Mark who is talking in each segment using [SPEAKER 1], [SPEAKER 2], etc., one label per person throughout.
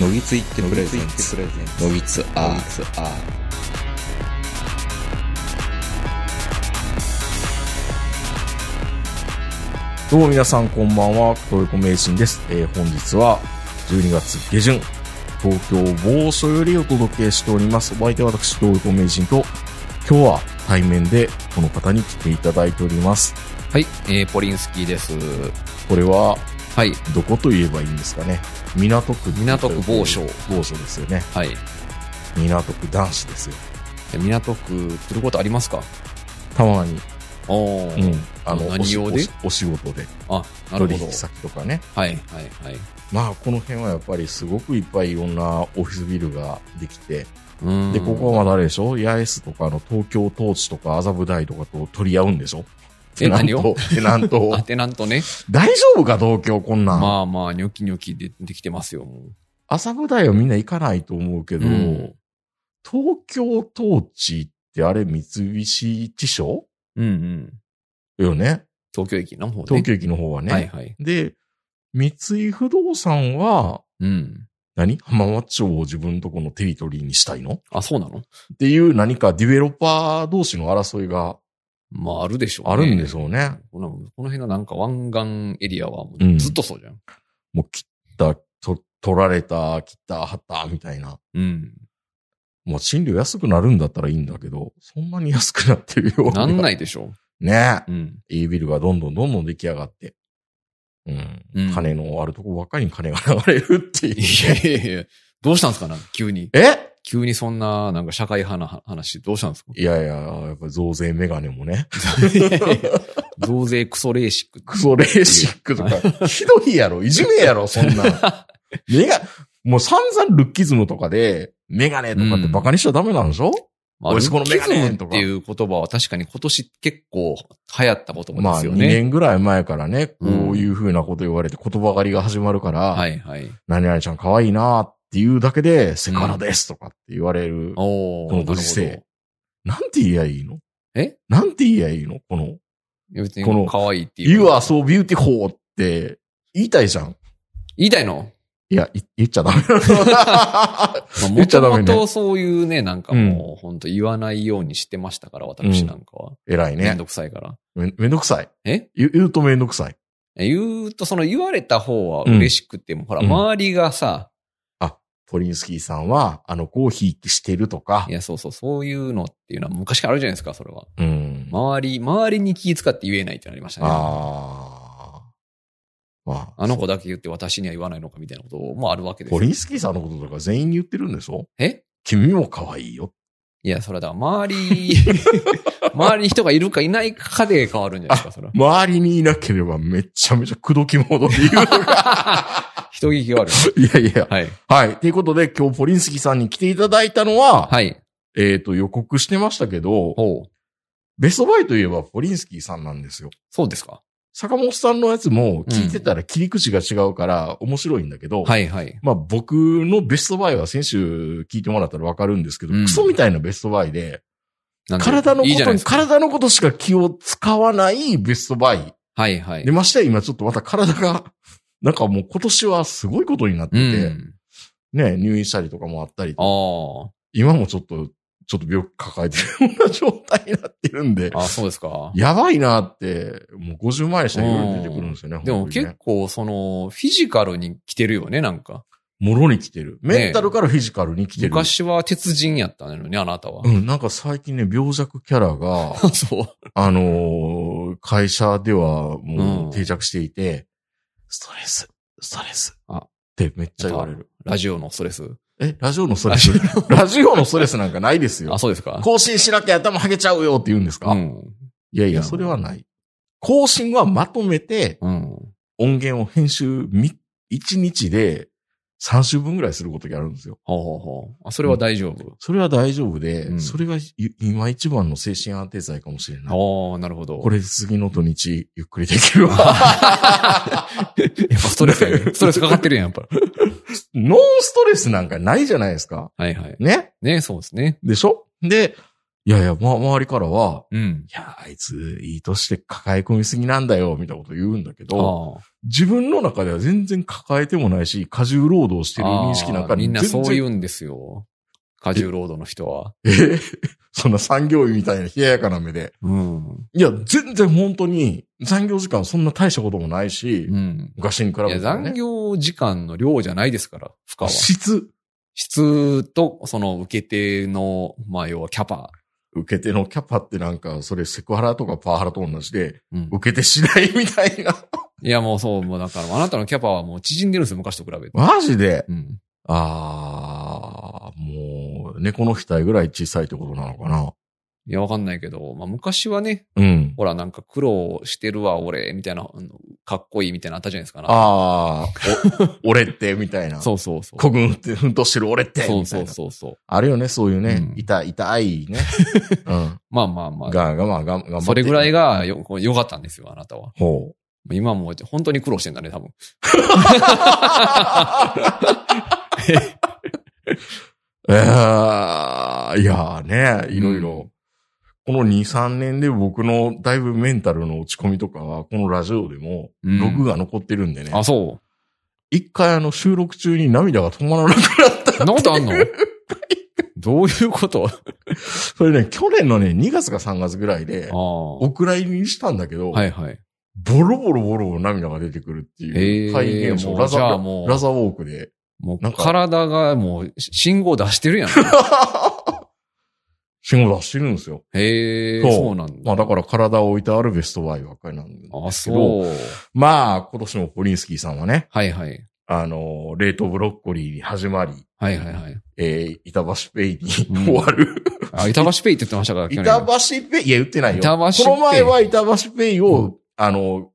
[SPEAKER 1] のぎついってプレ
[SPEAKER 2] ツ
[SPEAKER 1] ゼ
[SPEAKER 2] イ
[SPEAKER 1] ン
[SPEAKER 2] ッチ
[SPEAKER 1] ツ
[SPEAKER 2] プレゼン
[SPEAKER 1] のぎつ
[SPEAKER 2] あ
[SPEAKER 1] あ
[SPEAKER 2] いつあ
[SPEAKER 3] どうも皆さんこんばんは、トルコ名人です。えー本日は12月下旬、東京某所よりお届けしております。お相手は私、トルコ名人と、今日は対面でこの方に来ていただいております。
[SPEAKER 2] はい、えー、ポリンスキーです。
[SPEAKER 3] これは、
[SPEAKER 2] はい、
[SPEAKER 3] どこと言えばいいんですかね。港区。
[SPEAKER 2] 港区某所。
[SPEAKER 3] 某所ですよね。
[SPEAKER 2] はい。
[SPEAKER 3] 港区男子ですよ。
[SPEAKER 2] 港区、することありますか
[SPEAKER 3] たまに。
[SPEAKER 2] おお、
[SPEAKER 3] うん。あの、
[SPEAKER 2] 何用で
[SPEAKER 3] お仕お仕事で。
[SPEAKER 2] あ、なる
[SPEAKER 3] 取
[SPEAKER 2] ほ
[SPEAKER 3] 引
[SPEAKER 2] ど。
[SPEAKER 3] 先とかね。
[SPEAKER 2] はい、はい、はい。
[SPEAKER 3] まあ、この辺はやっぱりすごくいっぱいいろんなオフィスビルができて、
[SPEAKER 2] うーん
[SPEAKER 3] で、ここはまだあれでしょ八重洲とかあの東京統治とか麻布台とかと取り合うんでしょ
[SPEAKER 2] え何を
[SPEAKER 3] テナントを
[SPEAKER 2] あ、。テナントね。
[SPEAKER 3] 大丈夫か東京こんなん。
[SPEAKER 2] まあまあ、ニョキニョキでできてますよ。も
[SPEAKER 3] 麻布台はみんな行かないと思うけ
[SPEAKER 2] う
[SPEAKER 3] ど、
[SPEAKER 2] うん。
[SPEAKER 3] 東京統治ってあれ三菱地所
[SPEAKER 2] うんうん。
[SPEAKER 3] よね。
[SPEAKER 2] 東京駅の方ね。
[SPEAKER 3] 東京駅の方はね。
[SPEAKER 2] はいはい。
[SPEAKER 3] で、三井不動産は、
[SPEAKER 2] うん。
[SPEAKER 3] 何浜松町を自分のとこのテリトリーにしたいの
[SPEAKER 2] あ、そうなの
[SPEAKER 3] っていう何かディベロッパー同士の争いが
[SPEAKER 2] まあ、あるでしょう、ね。
[SPEAKER 3] あるんでしょうね。
[SPEAKER 2] このこの辺のなんか湾岸エリアはも
[SPEAKER 3] うん
[SPEAKER 2] うずっとそうじゃん。
[SPEAKER 3] もう切った、と取られた、切った、貼った、みたいな。
[SPEAKER 2] うん。
[SPEAKER 3] もう賃料安くなるんだったらいいんだけど、そんなに安くなってるよう。
[SPEAKER 2] なんないいでしょ
[SPEAKER 3] ね
[SPEAKER 2] う。うん。
[SPEAKER 3] え。いいビルがどんどんどんどん出来上がって。うん。
[SPEAKER 2] うん
[SPEAKER 3] 金のあるとこばっかりに金が流れるっていう
[SPEAKER 2] い。やいやいや、どうしたんですかなんか急に。
[SPEAKER 3] え
[SPEAKER 2] 急にそんな、なんか社会派な話、どうしたんです か
[SPEAKER 3] いやいや、やっぱ増税メガネもね。
[SPEAKER 2] 増税クソレーシック。
[SPEAKER 3] クソレーシックとか、 ひどいやろ、いじめやろ、そんなん。 メガ、もう散々ルッキズムとかで、メガネとかってバカにしちゃダメなんでしょ、
[SPEAKER 2] まあ、
[SPEAKER 3] 俺
[SPEAKER 2] ル
[SPEAKER 3] そこの
[SPEAKER 2] ッキ
[SPEAKER 3] メガ
[SPEAKER 2] ズム
[SPEAKER 3] ネ
[SPEAKER 2] っ
[SPEAKER 3] とか
[SPEAKER 2] ていう言葉は確かに今年結構流行った言葉
[SPEAKER 3] ま
[SPEAKER 2] で
[SPEAKER 3] あ、
[SPEAKER 2] す
[SPEAKER 3] 2
[SPEAKER 2] よね。
[SPEAKER 3] 年ぐらい前からね、こ
[SPEAKER 2] うん
[SPEAKER 3] ういう風なこと言われて言葉狩りが始まるから、
[SPEAKER 2] はいはい。
[SPEAKER 3] 何々ちゃん可愛いなっていうだけで、セカラですとかって言われる。
[SPEAKER 2] おお
[SPEAKER 3] このご時世なんて言えばいいの
[SPEAKER 2] え
[SPEAKER 3] なんて言えばいいのこの、
[SPEAKER 2] 別
[SPEAKER 3] この
[SPEAKER 2] に可愛いっていう。
[SPEAKER 3] You are so beautiful って言いたいじゃん。
[SPEAKER 2] 言いたいの
[SPEAKER 3] いや、い言っちゃダ メな
[SPEAKER 2] まあ、
[SPEAKER 3] 言っ
[SPEAKER 2] も
[SPEAKER 3] ちゃ
[SPEAKER 2] と
[SPEAKER 3] ダメね
[SPEAKER 2] もとそういうね、なんかもう、本当言わないようにしてましたから、私なんかは。
[SPEAKER 3] の。偉い
[SPEAKER 2] めん
[SPEAKER 3] ね
[SPEAKER 2] どくさいから。
[SPEAKER 3] め。めんどくさい。
[SPEAKER 2] え
[SPEAKER 3] 言う言うとめんどくさい。
[SPEAKER 2] 言うと、その言われた方は嬉しくても、ほら、
[SPEAKER 3] うん
[SPEAKER 2] 周りがさ、
[SPEAKER 3] ポリンスキーさんは、あの子をひいきしてるとか
[SPEAKER 2] い、や、そうそう、そういうのっていうのは昔からあるじゃないですか、それは。
[SPEAKER 3] うん。
[SPEAKER 2] 周り、周りに気遣って言えないってなりましたね。
[SPEAKER 3] ああ。まあ、
[SPEAKER 2] あの子だけ言って私には言わないのかみたいなこともあるわけです
[SPEAKER 3] ポ
[SPEAKER 2] よ
[SPEAKER 3] リンスキーさんのこととか全員に言ってるんでしょ
[SPEAKER 2] え
[SPEAKER 3] 君も可愛いよ。
[SPEAKER 2] いや、それはだから周り、 周りに人がいるかいないかで変わるんじゃないですか、それ は。
[SPEAKER 3] 周りにいなければめちゃめちゃ口説き者で言うとか。
[SPEAKER 2] 人聞き悪い。
[SPEAKER 3] いやいや。
[SPEAKER 2] はい。
[SPEAKER 3] はい。ということで、今日ポリンスキーさんに来ていただいたのは、
[SPEAKER 2] はい。
[SPEAKER 3] えっ、と、予告してましたけど、
[SPEAKER 2] ほう。
[SPEAKER 3] ベストバイといえばポリンスキーさんなんですよ。
[SPEAKER 2] そうですか。
[SPEAKER 3] 坂本さんのやつも聞いてたら切り口が違うから面白いんだけど、
[SPEAKER 2] はいはい。
[SPEAKER 3] まあ僕のベストバイは先週聞いてもらったらわかるんですけど、
[SPEAKER 2] うん
[SPEAKER 3] クソみたいなベストバイで、
[SPEAKER 2] なんで
[SPEAKER 3] 体のこと
[SPEAKER 2] いいじゃない
[SPEAKER 3] に、
[SPEAKER 2] ですか。
[SPEAKER 3] 体のことしか気を使わないベストバイ。
[SPEAKER 2] はいはい
[SPEAKER 3] で、。ましてや今ちょっとまた体が、 なんかもう今年はすごいことになって
[SPEAKER 2] う
[SPEAKER 3] て、
[SPEAKER 2] ん。
[SPEAKER 3] ね、入院したりとかもあったり
[SPEAKER 2] あ、ー
[SPEAKER 3] 今もちょっと、ちょっと病気抱えてるような状態になってるんで、
[SPEAKER 2] あ、そうですか。
[SPEAKER 3] やばいなって、もう50万円したらいろいろ出てくるんですよね。
[SPEAKER 2] でも
[SPEAKER 3] 本当に
[SPEAKER 2] 結
[SPEAKER 3] ね、
[SPEAKER 2] 構、その、フィジカルに来てるよね、なんか。
[SPEAKER 3] もろに来てる。メンタルからフィジカルに来てる。
[SPEAKER 2] 昔は鉄人やったのに、あなたは
[SPEAKER 3] う。ん、なんか最近ね、病弱キャラ が、
[SPEAKER 2] そう。
[SPEAKER 3] あのー会社では
[SPEAKER 2] う
[SPEAKER 3] も
[SPEAKER 2] ん
[SPEAKER 3] う定着していて、ストレス、ストレス。
[SPEAKER 2] あ
[SPEAKER 3] ってめっちゃ言われる。
[SPEAKER 2] ラジオのストレス。
[SPEAKER 3] え、ラジオのストレスラジオのストレスなんかないですよ
[SPEAKER 2] あ、。そうですか。
[SPEAKER 3] 更新しなきゃ頭ハゲちゃうよって言うんですか、
[SPEAKER 2] ん。
[SPEAKER 3] いやいや、それはない。更新はまとめて、
[SPEAKER 2] うん。
[SPEAKER 3] 音源を編集み、1日で3週分ぐらいすることがあるんですよ。
[SPEAKER 2] ほうほうほう。あ、それは大丈夫。
[SPEAKER 3] それは大丈夫で、
[SPEAKER 2] うん
[SPEAKER 3] それがい今一番の精神安定剤かもしれない。
[SPEAKER 2] ああ、なるほど。
[SPEAKER 3] こ
[SPEAKER 2] れ。
[SPEAKER 3] れ次の土日、ゆっくりで きるわ。
[SPEAKER 2] やっぱストレスや ね、ストレスかかってるやん、やっぱ。
[SPEAKER 3] ノンストレスなんかないじゃないですか。
[SPEAKER 2] はいはい。
[SPEAKER 3] ね
[SPEAKER 2] ね、そうですね。
[SPEAKER 3] でしょで、いやいや、ま、周りからは、
[SPEAKER 2] うん。
[SPEAKER 3] いや、あいつ、いい年して抱え込みすぎなんだよ、みたいなこと言うんだけ
[SPEAKER 2] あ
[SPEAKER 3] ど、自分の中では全然抱えてもないし、過重労働してる認識なん
[SPEAKER 2] あ
[SPEAKER 3] か
[SPEAKER 2] ーみんなそう言
[SPEAKER 3] う。
[SPEAKER 2] うんですよ。過重労働の人は。
[SPEAKER 3] えーそんな産業医みたいな冷ややかな目で。
[SPEAKER 2] うん。
[SPEAKER 3] いや、全然本当に、残業時間そんな大したこともないし、
[SPEAKER 2] うん。
[SPEAKER 3] 昔に比
[SPEAKER 2] い
[SPEAKER 3] べて、
[SPEAKER 2] や、
[SPEAKER 3] ね。
[SPEAKER 2] 残業時間の量じゃないですから、負荷は。
[SPEAKER 3] 質、
[SPEAKER 2] 質と、その受け手の、まあ、要はキャパ。
[SPEAKER 3] 受け手のキャパってなんか、それセクハラとかパワハラと同じで、
[SPEAKER 2] うん。
[SPEAKER 3] 受け手次第み たいな。
[SPEAKER 2] いや、もうそう、もうだから、あなたのキャパはもう縮んでるんですよ、昔と比べて。
[SPEAKER 3] マジで
[SPEAKER 2] うん。
[SPEAKER 3] あー、もう、猫の額ぐらい小さいってことなのかな。
[SPEAKER 2] いや、わかんないけど、まあ、昔はね、
[SPEAKER 3] うん。
[SPEAKER 2] ほら、なんか苦労してるわ、俺、みたいな、あのかっこいいみたいなのあったじゃないですか。あ。
[SPEAKER 3] あー、 お俺って、みたいな。
[SPEAKER 2] そうそうそう。
[SPEAKER 3] 孤軍って奮闘してる俺って、みたい
[SPEAKER 2] そ
[SPEAKER 3] な。
[SPEAKER 2] うそうそうそう。
[SPEAKER 3] あるよね、そういうね
[SPEAKER 2] う。ん
[SPEAKER 3] 痛い、痛い ね。うん。
[SPEAKER 2] まあまあまあ。
[SPEAKER 3] が、が、まあ、が、頑張って。
[SPEAKER 2] それぐらい。がよ、こう良かったんですよ、あなたは。
[SPEAKER 3] ほう。
[SPEAKER 2] 今もう本当に苦労してんだね、多分。
[SPEAKER 3] えー、いやーね、いろいろ。この2、3年で僕のだいぶメンタルの落ち込みとかは、このラジオでも、
[SPEAKER 2] うん
[SPEAKER 3] 録が残ってるんでね。
[SPEAKER 2] あ、そ
[SPEAKER 3] 一回あの収録中に涙が止まらなくなった。
[SPEAKER 2] う。そんなこと あんのどういうことあ
[SPEAKER 3] それね、去年のね、2月か3月ぐらいで、
[SPEAKER 2] あ。
[SPEAKER 3] お蔵入りにしたんだけど、
[SPEAKER 2] はいはい。
[SPEAKER 3] ボロボロボロボロ涙が出てくるってい
[SPEAKER 2] へー
[SPEAKER 3] う怪現象、
[SPEAKER 2] もう
[SPEAKER 3] ラザ
[SPEAKER 2] じゃあもう
[SPEAKER 3] ラザウォークで。
[SPEAKER 2] も
[SPEAKER 3] な
[SPEAKER 2] うん
[SPEAKER 3] か
[SPEAKER 2] 体がもう信号出して るやん。
[SPEAKER 3] 信号出してるんですよ。
[SPEAKER 2] へえ、
[SPEAKER 3] そう
[SPEAKER 2] そうなん
[SPEAKER 3] ま
[SPEAKER 2] だ。
[SPEAKER 3] あだから体を置いてあるベストバイばっかりなんですけど。
[SPEAKER 2] あ、そう。
[SPEAKER 3] まあ今年もポリンスキーさんはね、
[SPEAKER 2] はいはい。
[SPEAKER 3] あの、冷凍ブロッコリーに始まり、
[SPEAKER 2] はいはいはい。
[SPEAKER 3] えー、板橋ペイに
[SPEAKER 2] うん
[SPEAKER 3] 終わる。
[SPEAKER 2] あ、板橋ペイって言ってましたから、去
[SPEAKER 3] 板
[SPEAKER 2] 年。
[SPEAKER 3] 橋ペイ、いや言ってないよ。
[SPEAKER 2] 板橋ペイ
[SPEAKER 3] この前は板橋ペイを、
[SPEAKER 2] う
[SPEAKER 3] あの、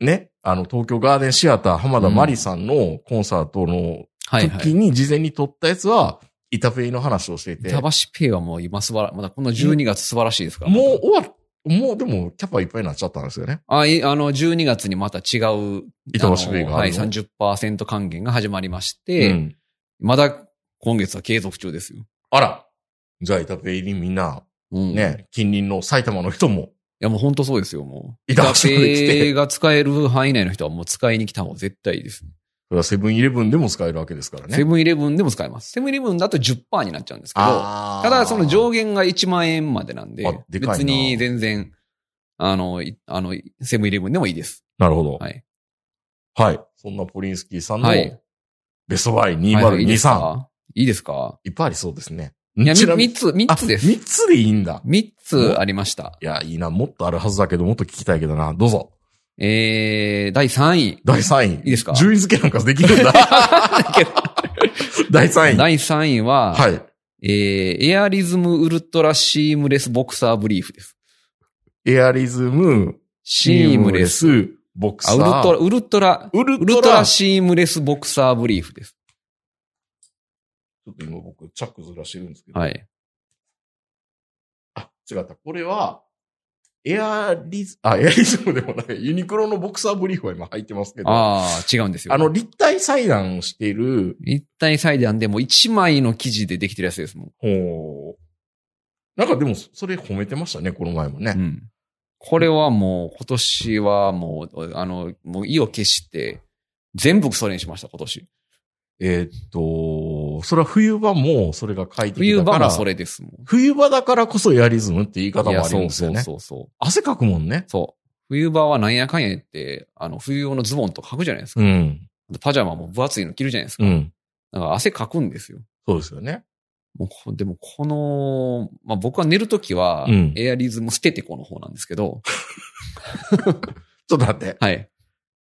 [SPEAKER 3] ね、あの東京ガーデンシアター浜田真理さんのコンサートの
[SPEAKER 2] はいはい
[SPEAKER 3] 時。に事前に撮ったやつは、板ペイの話をしてて、
[SPEAKER 2] 板橋ペイはもう今素晴ら、まだこの12月素晴らしいですから。
[SPEAKER 3] もう終わる。もうでもキャパいっぱいになっちゃったんですよね。
[SPEAKER 2] あ、いあの、12月にまた違う、
[SPEAKER 3] 板橋ペイがあるの
[SPEAKER 2] あのはい、30%還元が始まりまして、
[SPEAKER 3] うん。
[SPEAKER 2] まだ今月は継続中ですよ。
[SPEAKER 3] あら。じゃあ、イタペイにみんな、
[SPEAKER 2] うん。
[SPEAKER 3] ね、近隣の埼玉の人も、
[SPEAKER 2] いや、もう本当そうですよ、もう。
[SPEAKER 3] 板橋まで来て
[SPEAKER 2] ペイが使える範囲内の人はもう使いに来た方が絶対いいです。
[SPEAKER 3] それはセブンイレブンでも使えるわけですからね。
[SPEAKER 2] セブンイレブンでも使えます。セブンイレブンだと10%になっちゃうんですけど、
[SPEAKER 3] あ
[SPEAKER 2] た
[SPEAKER 3] ー
[SPEAKER 2] だその上限が1万円までなんで
[SPEAKER 3] あ、でかいな
[SPEAKER 2] 別に全然、あの、いあの、セブンイレブンでもいいです。
[SPEAKER 3] なるほど。は。
[SPEAKER 2] はいい。
[SPEAKER 3] そんなポリンスキーさんの、
[SPEAKER 2] はい
[SPEAKER 3] ベストバイ
[SPEAKER 2] はいはいいいです
[SPEAKER 3] 2023。
[SPEAKER 2] かいいですか
[SPEAKER 3] いっぱいありそうですね。
[SPEAKER 2] いや、
[SPEAKER 3] ちなみ
[SPEAKER 2] 3つ、三つで
[SPEAKER 3] あ
[SPEAKER 2] す。
[SPEAKER 3] 三つでいいんだ。
[SPEAKER 2] 3つありました。
[SPEAKER 3] いや、いいな。もっとあるはずだけど、もっと聞きたいけどな。どうぞ。
[SPEAKER 2] えー、第3位。
[SPEAKER 3] 第3位。いい
[SPEAKER 2] ですか
[SPEAKER 3] 順位付けなんかできる んだ。第3位。
[SPEAKER 2] 第3位は、
[SPEAKER 3] はい。
[SPEAKER 2] えー、エアリズムウルトラシームレスボクサーブリーフです。
[SPEAKER 3] エアリズム、
[SPEAKER 2] シームレス。
[SPEAKER 3] シームレス、ボクサ
[SPEAKER 2] あ、
[SPEAKER 3] ー。
[SPEAKER 2] ウルトラ、ウルトラ、
[SPEAKER 3] ウル
[SPEAKER 2] ウ
[SPEAKER 3] トラ。
[SPEAKER 2] ルトラシームレスボクサーブリーフです。
[SPEAKER 3] ちょっと今僕、チャックずらしてるんですけど。
[SPEAKER 2] はい。
[SPEAKER 3] あ、違った。これは、エアリズ、あ、エアリズムでもない。ユニクロのボクサーブリーフは今入ってますけど。あ
[SPEAKER 2] ああ、違うんですよ。
[SPEAKER 3] の、、立体裁断してる、
[SPEAKER 2] 一体裁断でも1枚の生地でできてるやつですもん。
[SPEAKER 3] ほう。なんかでも、それ褒めてましたね、この前もね。
[SPEAKER 2] うん。これはもう、今年はもう、あの、もう意を決して、全部それにしました、今年。
[SPEAKER 3] えーっと、それは冬場も、それが書いてき
[SPEAKER 2] 冬
[SPEAKER 3] た
[SPEAKER 2] 場
[SPEAKER 3] から。
[SPEAKER 2] もそれですもん。
[SPEAKER 3] 冬場だからこそエアリズムって言い方
[SPEAKER 2] い
[SPEAKER 3] も
[SPEAKER 2] や
[SPEAKER 3] あるん
[SPEAKER 2] そう
[SPEAKER 3] ですよ
[SPEAKER 2] そう
[SPEAKER 3] ね。
[SPEAKER 2] そうそう。
[SPEAKER 3] 汗かくもんね。
[SPEAKER 2] そう。冬場はなんやかんや言って、あの、冬用のズボンとか履くじゃないですか。
[SPEAKER 3] うん。
[SPEAKER 2] パジャマも分厚いの着るじゃないですか。
[SPEAKER 3] うん。
[SPEAKER 2] だから汗かくんですよ。
[SPEAKER 3] そうですよね。
[SPEAKER 2] もうこでもこの、まあ、僕は寝るときは
[SPEAKER 3] うん、
[SPEAKER 2] エアリズムステテコの方なんですけ ど、
[SPEAKER 3] ちょっと待って。
[SPEAKER 2] はい。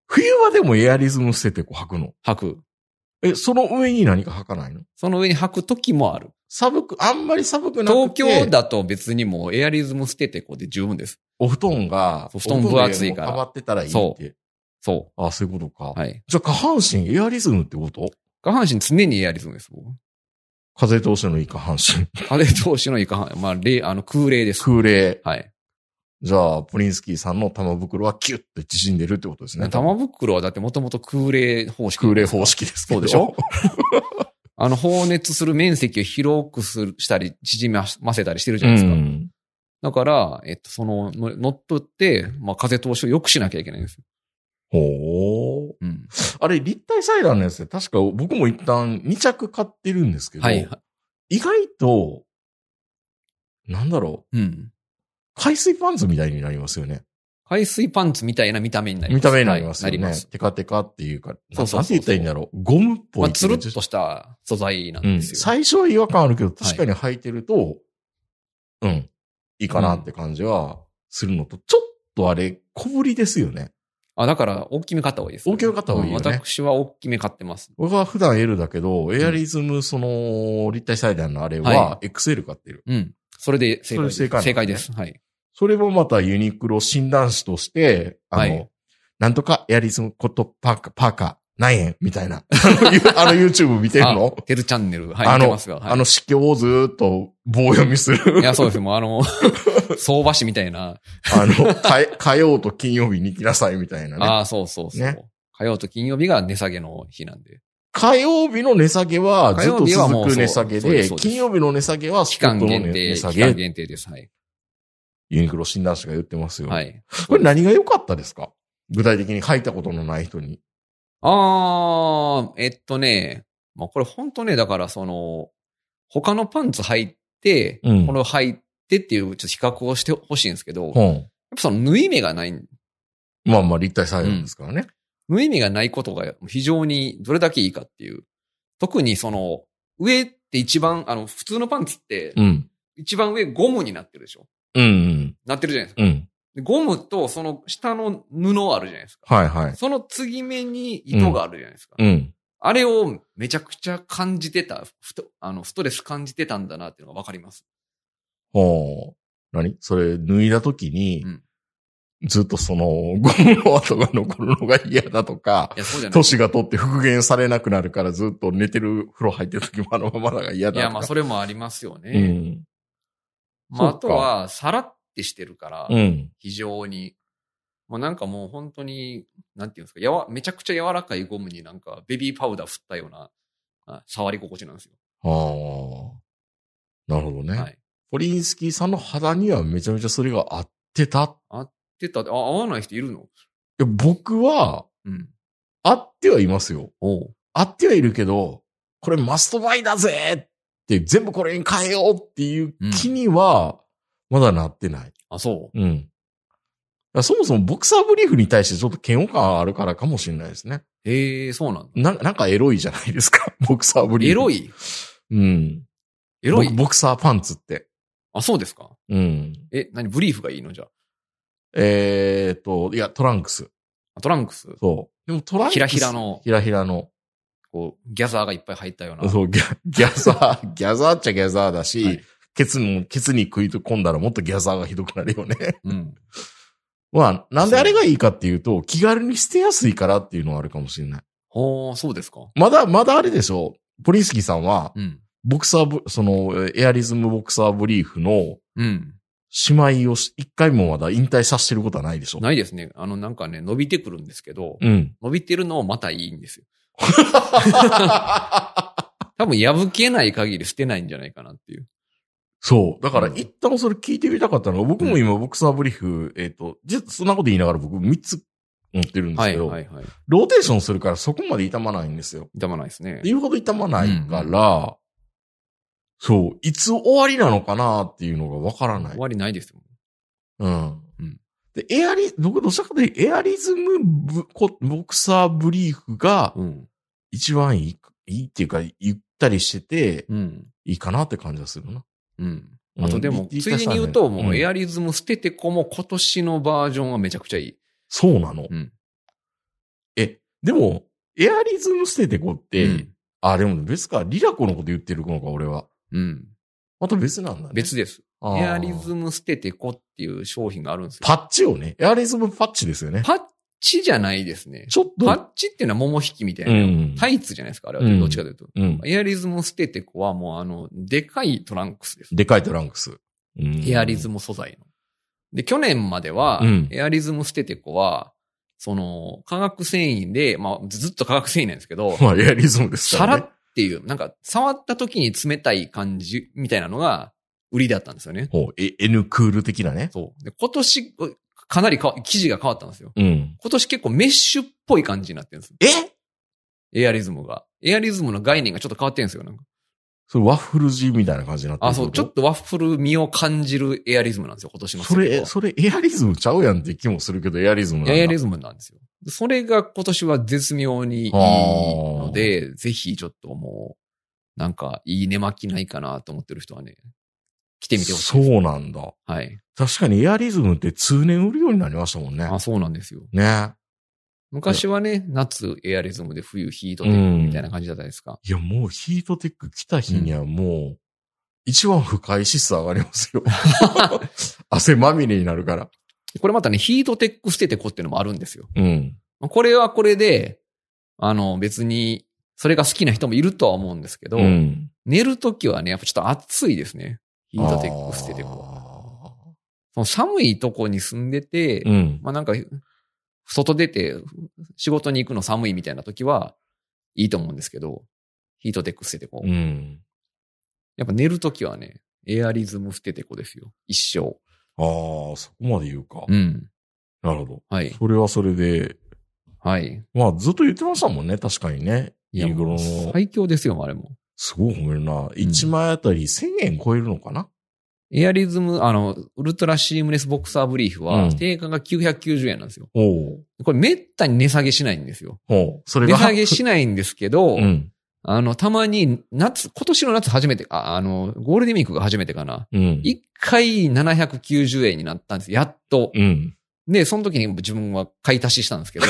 [SPEAKER 3] 冬場でもエアリズム捨ててこう履くの。
[SPEAKER 2] 履く。
[SPEAKER 3] え、その上に何か履かないの
[SPEAKER 2] その上に履くときもある。
[SPEAKER 3] 寒く、あんまり寒くなく
[SPEAKER 2] 東
[SPEAKER 3] て。
[SPEAKER 2] 京。だと別にもうエアリズムステテコで十分です。
[SPEAKER 3] お布団が、
[SPEAKER 2] そう布団分厚いから
[SPEAKER 3] お布団よりもかばってたらいいっ
[SPEAKER 2] そ
[SPEAKER 3] て。
[SPEAKER 2] そ
[SPEAKER 3] あ、そういうことか。
[SPEAKER 2] う。はい。
[SPEAKER 3] じゃあ、下半身、エアリズムってこと
[SPEAKER 2] 下半身常にエアリズムです、僕。
[SPEAKER 3] 風通しのいい下半身。
[SPEAKER 2] 風通しのいい下半身。まあ、冷、あの、空冷です。
[SPEAKER 3] 空冷。
[SPEAKER 2] はい。
[SPEAKER 3] じゃあ、ポリンスキーさんの玉袋はキュッて縮んでるってことですね。
[SPEAKER 2] 玉袋はだってもともと空冷方式。
[SPEAKER 3] 空冷方式ですけ
[SPEAKER 2] そ
[SPEAKER 3] ど。
[SPEAKER 2] うでしょあの、放熱する面積を広くする、したり、縮ませたりしてるじゃないですか。
[SPEAKER 3] うん
[SPEAKER 2] だから、えっと、その、の乗っ取って、まあ、風通しを良くしなきゃいけないんですよ。
[SPEAKER 3] ほう。
[SPEAKER 2] うん。
[SPEAKER 3] あれ、立体サイダーのやつで、確か僕も一旦2着買ってるんですけど、
[SPEAKER 2] はい。
[SPEAKER 3] 意外と、なんだろう、
[SPEAKER 2] うん。
[SPEAKER 3] 海水パンツみたいになりますよね。
[SPEAKER 2] 海水パンツみたいな見た目になりま
[SPEAKER 3] 見
[SPEAKER 2] す。
[SPEAKER 3] た目になりますよ
[SPEAKER 2] はい
[SPEAKER 3] ね。
[SPEAKER 2] なります。
[SPEAKER 3] テカテカっていう
[SPEAKER 2] そ
[SPEAKER 3] か、
[SPEAKER 2] うそうそう
[SPEAKER 3] なんて言ったらいいんだろう。ゴムっぽい
[SPEAKER 2] まあ、
[SPEAKER 3] って
[SPEAKER 2] つ
[SPEAKER 3] い
[SPEAKER 2] る
[SPEAKER 3] う
[SPEAKER 2] っ
[SPEAKER 3] か。
[SPEAKER 2] とした素材なん
[SPEAKER 3] うん。
[SPEAKER 2] ですよ。
[SPEAKER 3] 最初は違和感あるけど、確かに履いてると、うん、いいかなって感じはするのと、ちょっとあれ、小ぶりですよね。
[SPEAKER 2] あ、だから、大きめ買った方がいいです。
[SPEAKER 3] 大きめ買った方がいいよね
[SPEAKER 2] うん私は大きめ買ってます。
[SPEAKER 3] 僕は普段 L だけど、エアリズム、その、立体裁断のあれは
[SPEAKER 2] は
[SPEAKER 3] XL 買ってる。
[SPEAKER 2] うん。それで正解です。
[SPEAKER 3] それ正解なんです
[SPEAKER 2] 正
[SPEAKER 3] ね
[SPEAKER 2] 解です。はい。
[SPEAKER 3] それもまたユニクロ診断士として、あの、
[SPEAKER 2] はい
[SPEAKER 3] なんとかエアリズムコットパーカー、パーカー、何円みたいな。あのゆあの YouTube 見てるの
[SPEAKER 2] あテルチャンネル。はい。
[SPEAKER 3] あ
[SPEAKER 2] 見て
[SPEAKER 3] の、
[SPEAKER 2] ますが。はい
[SPEAKER 3] あの、死境をずーっと棒読みする。
[SPEAKER 2] いや、そうです。もうあ の、相場師みたいな。
[SPEAKER 3] あの、火火曜と金曜日に来なさいみたいなね。
[SPEAKER 2] ああ、そうそうそう。
[SPEAKER 3] ね
[SPEAKER 2] 火曜と金曜日が値下げの日なんで。
[SPEAKER 3] 火曜日の値下げはずっと
[SPEAKER 2] 火曜日はも
[SPEAKER 3] 続
[SPEAKER 2] う
[SPEAKER 3] く
[SPEAKER 2] そう
[SPEAKER 3] 値下げ
[SPEAKER 2] そうで
[SPEAKER 3] で、
[SPEAKER 2] すそうです
[SPEAKER 3] 金曜日の値下げは
[SPEAKER 2] 期
[SPEAKER 3] スポ
[SPEAKER 2] 間
[SPEAKER 3] ットの
[SPEAKER 2] 限
[SPEAKER 3] 値
[SPEAKER 2] 定、期
[SPEAKER 3] 下
[SPEAKER 2] 間
[SPEAKER 3] げ。
[SPEAKER 2] 限定です。はい。
[SPEAKER 3] ユニクロ診断士が言ってますよ。
[SPEAKER 2] はい。
[SPEAKER 3] これ何が良かったですか具体的に書いたことのない人に。
[SPEAKER 2] ああ、えっとね、まあこれ本当ね、だからその、他のパンツ履いて、
[SPEAKER 3] うん
[SPEAKER 2] これを履いてっていうちょっと比較をしてほしいんですけど、やっ
[SPEAKER 3] 本。
[SPEAKER 2] ぱその縫い目がない、
[SPEAKER 3] まあまあ立体裁断ですからね。
[SPEAKER 2] 縫い目がないことが非常にどれだけいいかっていう。特にその、上って一番、あの、普通のパンツって
[SPEAKER 3] う、ん。
[SPEAKER 2] 一番上ゴムになってるでしょ
[SPEAKER 3] うん
[SPEAKER 2] なってるじゃないですか。
[SPEAKER 3] うん。うん。
[SPEAKER 2] でゴムとその下の布あるじゃないですか。
[SPEAKER 3] はいはい。
[SPEAKER 2] その継ぎ目に糸があるじゃないですか。
[SPEAKER 3] うん。
[SPEAKER 2] あれをめちゃくちゃ感じてた、ふとあのストレス感じてたんだなっていうのがわかります。
[SPEAKER 3] ほう。何それ脱いだ時に
[SPEAKER 2] う、ん
[SPEAKER 3] ずっとその、ゴムの跡が残るのが嫌だとか、
[SPEAKER 2] いや、そうじゃない。
[SPEAKER 3] 年が取って復元されなくなるからずっと寝てる風呂入ってる時もあのままだが嫌
[SPEAKER 2] い
[SPEAKER 3] だとか。
[SPEAKER 2] や、まあ、それもありますよ
[SPEAKER 3] う
[SPEAKER 2] ね。
[SPEAKER 3] ん。
[SPEAKER 2] まあ、あ
[SPEAKER 3] そう
[SPEAKER 2] と
[SPEAKER 3] か
[SPEAKER 2] は、さらってしてるから、
[SPEAKER 3] うん。
[SPEAKER 2] 非常に。もうなんかもう本当に、なんていうんですか、やわ、めちゃくちゃ柔らかいゴムになんかベビーパウダー振ったような、あ触り心地なんですよ。
[SPEAKER 3] ああ。なるほどね。
[SPEAKER 2] はい。
[SPEAKER 3] ポリンスキーさんの肌にはめちゃめちゃそれが合ってた。い
[SPEAKER 2] ってたって、あ、合わない人いるの
[SPEAKER 3] や僕は、
[SPEAKER 2] うん。
[SPEAKER 3] 合ってはいますよ。
[SPEAKER 2] おう。
[SPEAKER 3] 合ってはいるけど、これマストバイだぜって全部これに変えようっていう気には、まだなってない。
[SPEAKER 2] あ、そう。
[SPEAKER 3] うん。だからそもそもボクサーブリーフに対してちょっと嫌悪感あるからかもしれないですね。
[SPEAKER 2] へえ、そうなんだ。
[SPEAKER 3] な、なんかエロいじゃないですか。 ボクサーブリーフ。
[SPEAKER 2] エロい
[SPEAKER 3] うん。
[SPEAKER 2] エロい
[SPEAKER 3] ボボクサーパンツって。
[SPEAKER 2] あ、そうですか
[SPEAKER 3] うん。
[SPEAKER 2] え、何ブリーフがいいのじゃあ
[SPEAKER 3] えーっと、いや、トランクス。
[SPEAKER 2] あ。トランクス
[SPEAKER 3] そう。でもトランクス。
[SPEAKER 2] ひらひら。の、
[SPEAKER 3] ひらひらの。
[SPEAKER 2] こう、ギャザーがいっぱい入ったような。
[SPEAKER 3] そう、ギャ、ギャザ ー、ギャザーっちゃギャザーだし、
[SPEAKER 2] はい
[SPEAKER 3] ケツも、ケツに食い込んだらもっとギャザーがひどくなるよね。
[SPEAKER 2] うん。
[SPEAKER 3] まあ、なんであれがいいかっていうと、気軽に捨てやすいからっていうのはあるかもしれない。
[SPEAKER 2] ほー、そうですか。
[SPEAKER 3] まだ、まだあれでしょポリンスキーさんは、
[SPEAKER 2] うん。
[SPEAKER 3] ボクサーブ、その、エアリズムボクサーブリーフの、
[SPEAKER 2] うん。
[SPEAKER 3] 姉妹をし一回もまだ引退させてることはないでしょ
[SPEAKER 2] ないですね。あの、なんかね、伸びてくるんですけど、
[SPEAKER 3] うん。
[SPEAKER 2] 伸びてるのもまたいいんですよ。多分破けない限り捨てないんじゃないかなっていう。
[SPEAKER 3] そう。だから
[SPEAKER 2] うん
[SPEAKER 3] 一旦それ聞いてみたかったのが、僕も今ボクサーブリーフ、えっ、と、じそんなこと言いながら僕3つ持ってるんです
[SPEAKER 2] は
[SPEAKER 3] け
[SPEAKER 2] い
[SPEAKER 3] ど、
[SPEAKER 2] はいはい。
[SPEAKER 3] ローテーションするからそこまで痛まないんですよ。
[SPEAKER 2] 痛まないですね。
[SPEAKER 3] 言うほど痛まないから、そう、いつ終わりなのかなっていうのがわからない
[SPEAKER 2] 終。わりないですよ。
[SPEAKER 3] うん。
[SPEAKER 2] うん
[SPEAKER 3] で、エアリ、僕どちらかというとエアリズムブコボクサーブリーフが
[SPEAKER 2] うん。
[SPEAKER 3] 一番いい、いいっていうか、ゆったりしてて、
[SPEAKER 2] うん。
[SPEAKER 3] いいかなって感じがするな。
[SPEAKER 2] うん。
[SPEAKER 3] うん
[SPEAKER 2] あとでも、
[SPEAKER 3] リ
[SPEAKER 2] ついでに言うと、もうエ
[SPEAKER 3] ん
[SPEAKER 2] アリズム捨ててこも今年のバージョンはめちゃくちゃいい。
[SPEAKER 3] そうなの。
[SPEAKER 2] うん
[SPEAKER 3] え、でも、エアリズム捨ててこって、
[SPEAKER 2] うん
[SPEAKER 3] あ、でも別か、リラコのこと言ってるのか、俺は。
[SPEAKER 2] うん。
[SPEAKER 3] また別なんだね。
[SPEAKER 2] 別です。
[SPEAKER 3] あー
[SPEAKER 2] エアリズム捨ててこっていう商品があるんですよ。
[SPEAKER 3] パッチをね。エアリズムパッチですよね。
[SPEAKER 2] パッチじゃないですね。
[SPEAKER 3] ちょっと。
[SPEAKER 2] パッチっていうのは桃引きみたいうな。
[SPEAKER 3] ん。
[SPEAKER 2] タイツじゃないですか、あれ
[SPEAKER 3] うん
[SPEAKER 2] は。どっちかというと。
[SPEAKER 3] うん。
[SPEAKER 2] エアリズム捨ててこはもうあの、でかいトランクスです。
[SPEAKER 3] でかいトランクス。うん
[SPEAKER 2] エアリズム素材の。で、去年までは
[SPEAKER 3] うん、
[SPEAKER 2] エアリズム捨ててこは、その、化学繊維で、まあずっと化学繊維なんですけど、
[SPEAKER 3] まあ、エアリズムです
[SPEAKER 2] さ
[SPEAKER 3] かららね
[SPEAKER 2] っ。っていう、なんか触った時に冷たい感じみたいなのが売りだったんですよね。
[SPEAKER 3] ほう、え N クール的なね。
[SPEAKER 2] そう。で今年、かなりか生地が変わったんですよ。
[SPEAKER 3] うん。
[SPEAKER 2] 今年結構メッシュっぽい感じになってるんですよ。
[SPEAKER 3] え
[SPEAKER 2] エアリズムが。エアリズムの概念がちょっと変わってるんですよ。なんか
[SPEAKER 3] それワッフル地みたいな感じになってる
[SPEAKER 2] あ、そう、ちょっとワッフル味を感じるエアリズムなんですよ、今年の
[SPEAKER 3] そ
[SPEAKER 2] セット
[SPEAKER 3] れ、
[SPEAKER 2] は
[SPEAKER 3] それエアリズムちゃうやんって気もするけど、エアリズムなんだ。
[SPEAKER 2] エアリ
[SPEAKER 3] ズ
[SPEAKER 2] ズムなんですよ。それが今年は絶妙にいいので、ぜひちょっともう、なんかいい寝巻きないかなと思ってる人はね、来てみてほしい。
[SPEAKER 3] そうなんだ。
[SPEAKER 2] はい。
[SPEAKER 3] 確かにエアリズムって通年売るようになりましたもんね。
[SPEAKER 2] あ、そうなんですよ。
[SPEAKER 3] ね。
[SPEAKER 2] 昔はね、夏エアリズムで冬ヒートテックみたいな感じだったですか。
[SPEAKER 3] いや、もうヒートテック来た日にはもう、一番不快指数上がります よ。汗まみれになるから。
[SPEAKER 2] これまたね、ヒートテック捨ててこっていうのもあるんですよ。
[SPEAKER 3] うん。
[SPEAKER 2] これはこれで、あの別に、それが好きな人もいるとは思うんですけど、
[SPEAKER 3] ん。
[SPEAKER 2] 寝るときはね、やっぱちょっと暑いですね。ヒートテック捨ててこ。
[SPEAKER 3] こ
[SPEAKER 2] その寒いとこに住んでて、
[SPEAKER 3] うん。
[SPEAKER 2] まあなんか、外出て仕事に行くの寒いみたいな時はいいと思うんですけど、ヒートテック捨ててこう。
[SPEAKER 3] うん。
[SPEAKER 2] やっぱ寝る時はね、エアリズム捨ててこですよ。一生。
[SPEAKER 3] ああ、そこまで言うか。
[SPEAKER 2] うん。
[SPEAKER 3] なるほど。
[SPEAKER 2] はい。
[SPEAKER 3] それはそれで、
[SPEAKER 2] はい。
[SPEAKER 3] まあずっと言ってましたもんね、確かにね。
[SPEAKER 2] い
[SPEAKER 3] ユニクロの、
[SPEAKER 2] もう最強ですよ、あれも。
[SPEAKER 3] すごい褒めるな。1枚あたり1000円超えるのかな、
[SPEAKER 2] エアリズム、あの、ウルトラシームレスボクサーブリーフ
[SPEAKER 3] う
[SPEAKER 2] は、
[SPEAKER 3] ん
[SPEAKER 2] 定価が990円なんですよ。
[SPEAKER 3] おおう
[SPEAKER 2] これめったに値下げしないんですよ。
[SPEAKER 3] おうそれ
[SPEAKER 2] 値
[SPEAKER 3] が。
[SPEAKER 2] 下げしないんですけど、
[SPEAKER 3] うん。
[SPEAKER 2] あの、たまに夏、今年の夏初めて、ああの、ゴールデンウィークが初めてかな。
[SPEAKER 3] うん。
[SPEAKER 2] 一回790円になったんです。やっと。
[SPEAKER 3] うん。
[SPEAKER 2] で、その時に自分は買い足ししたんですけ ど、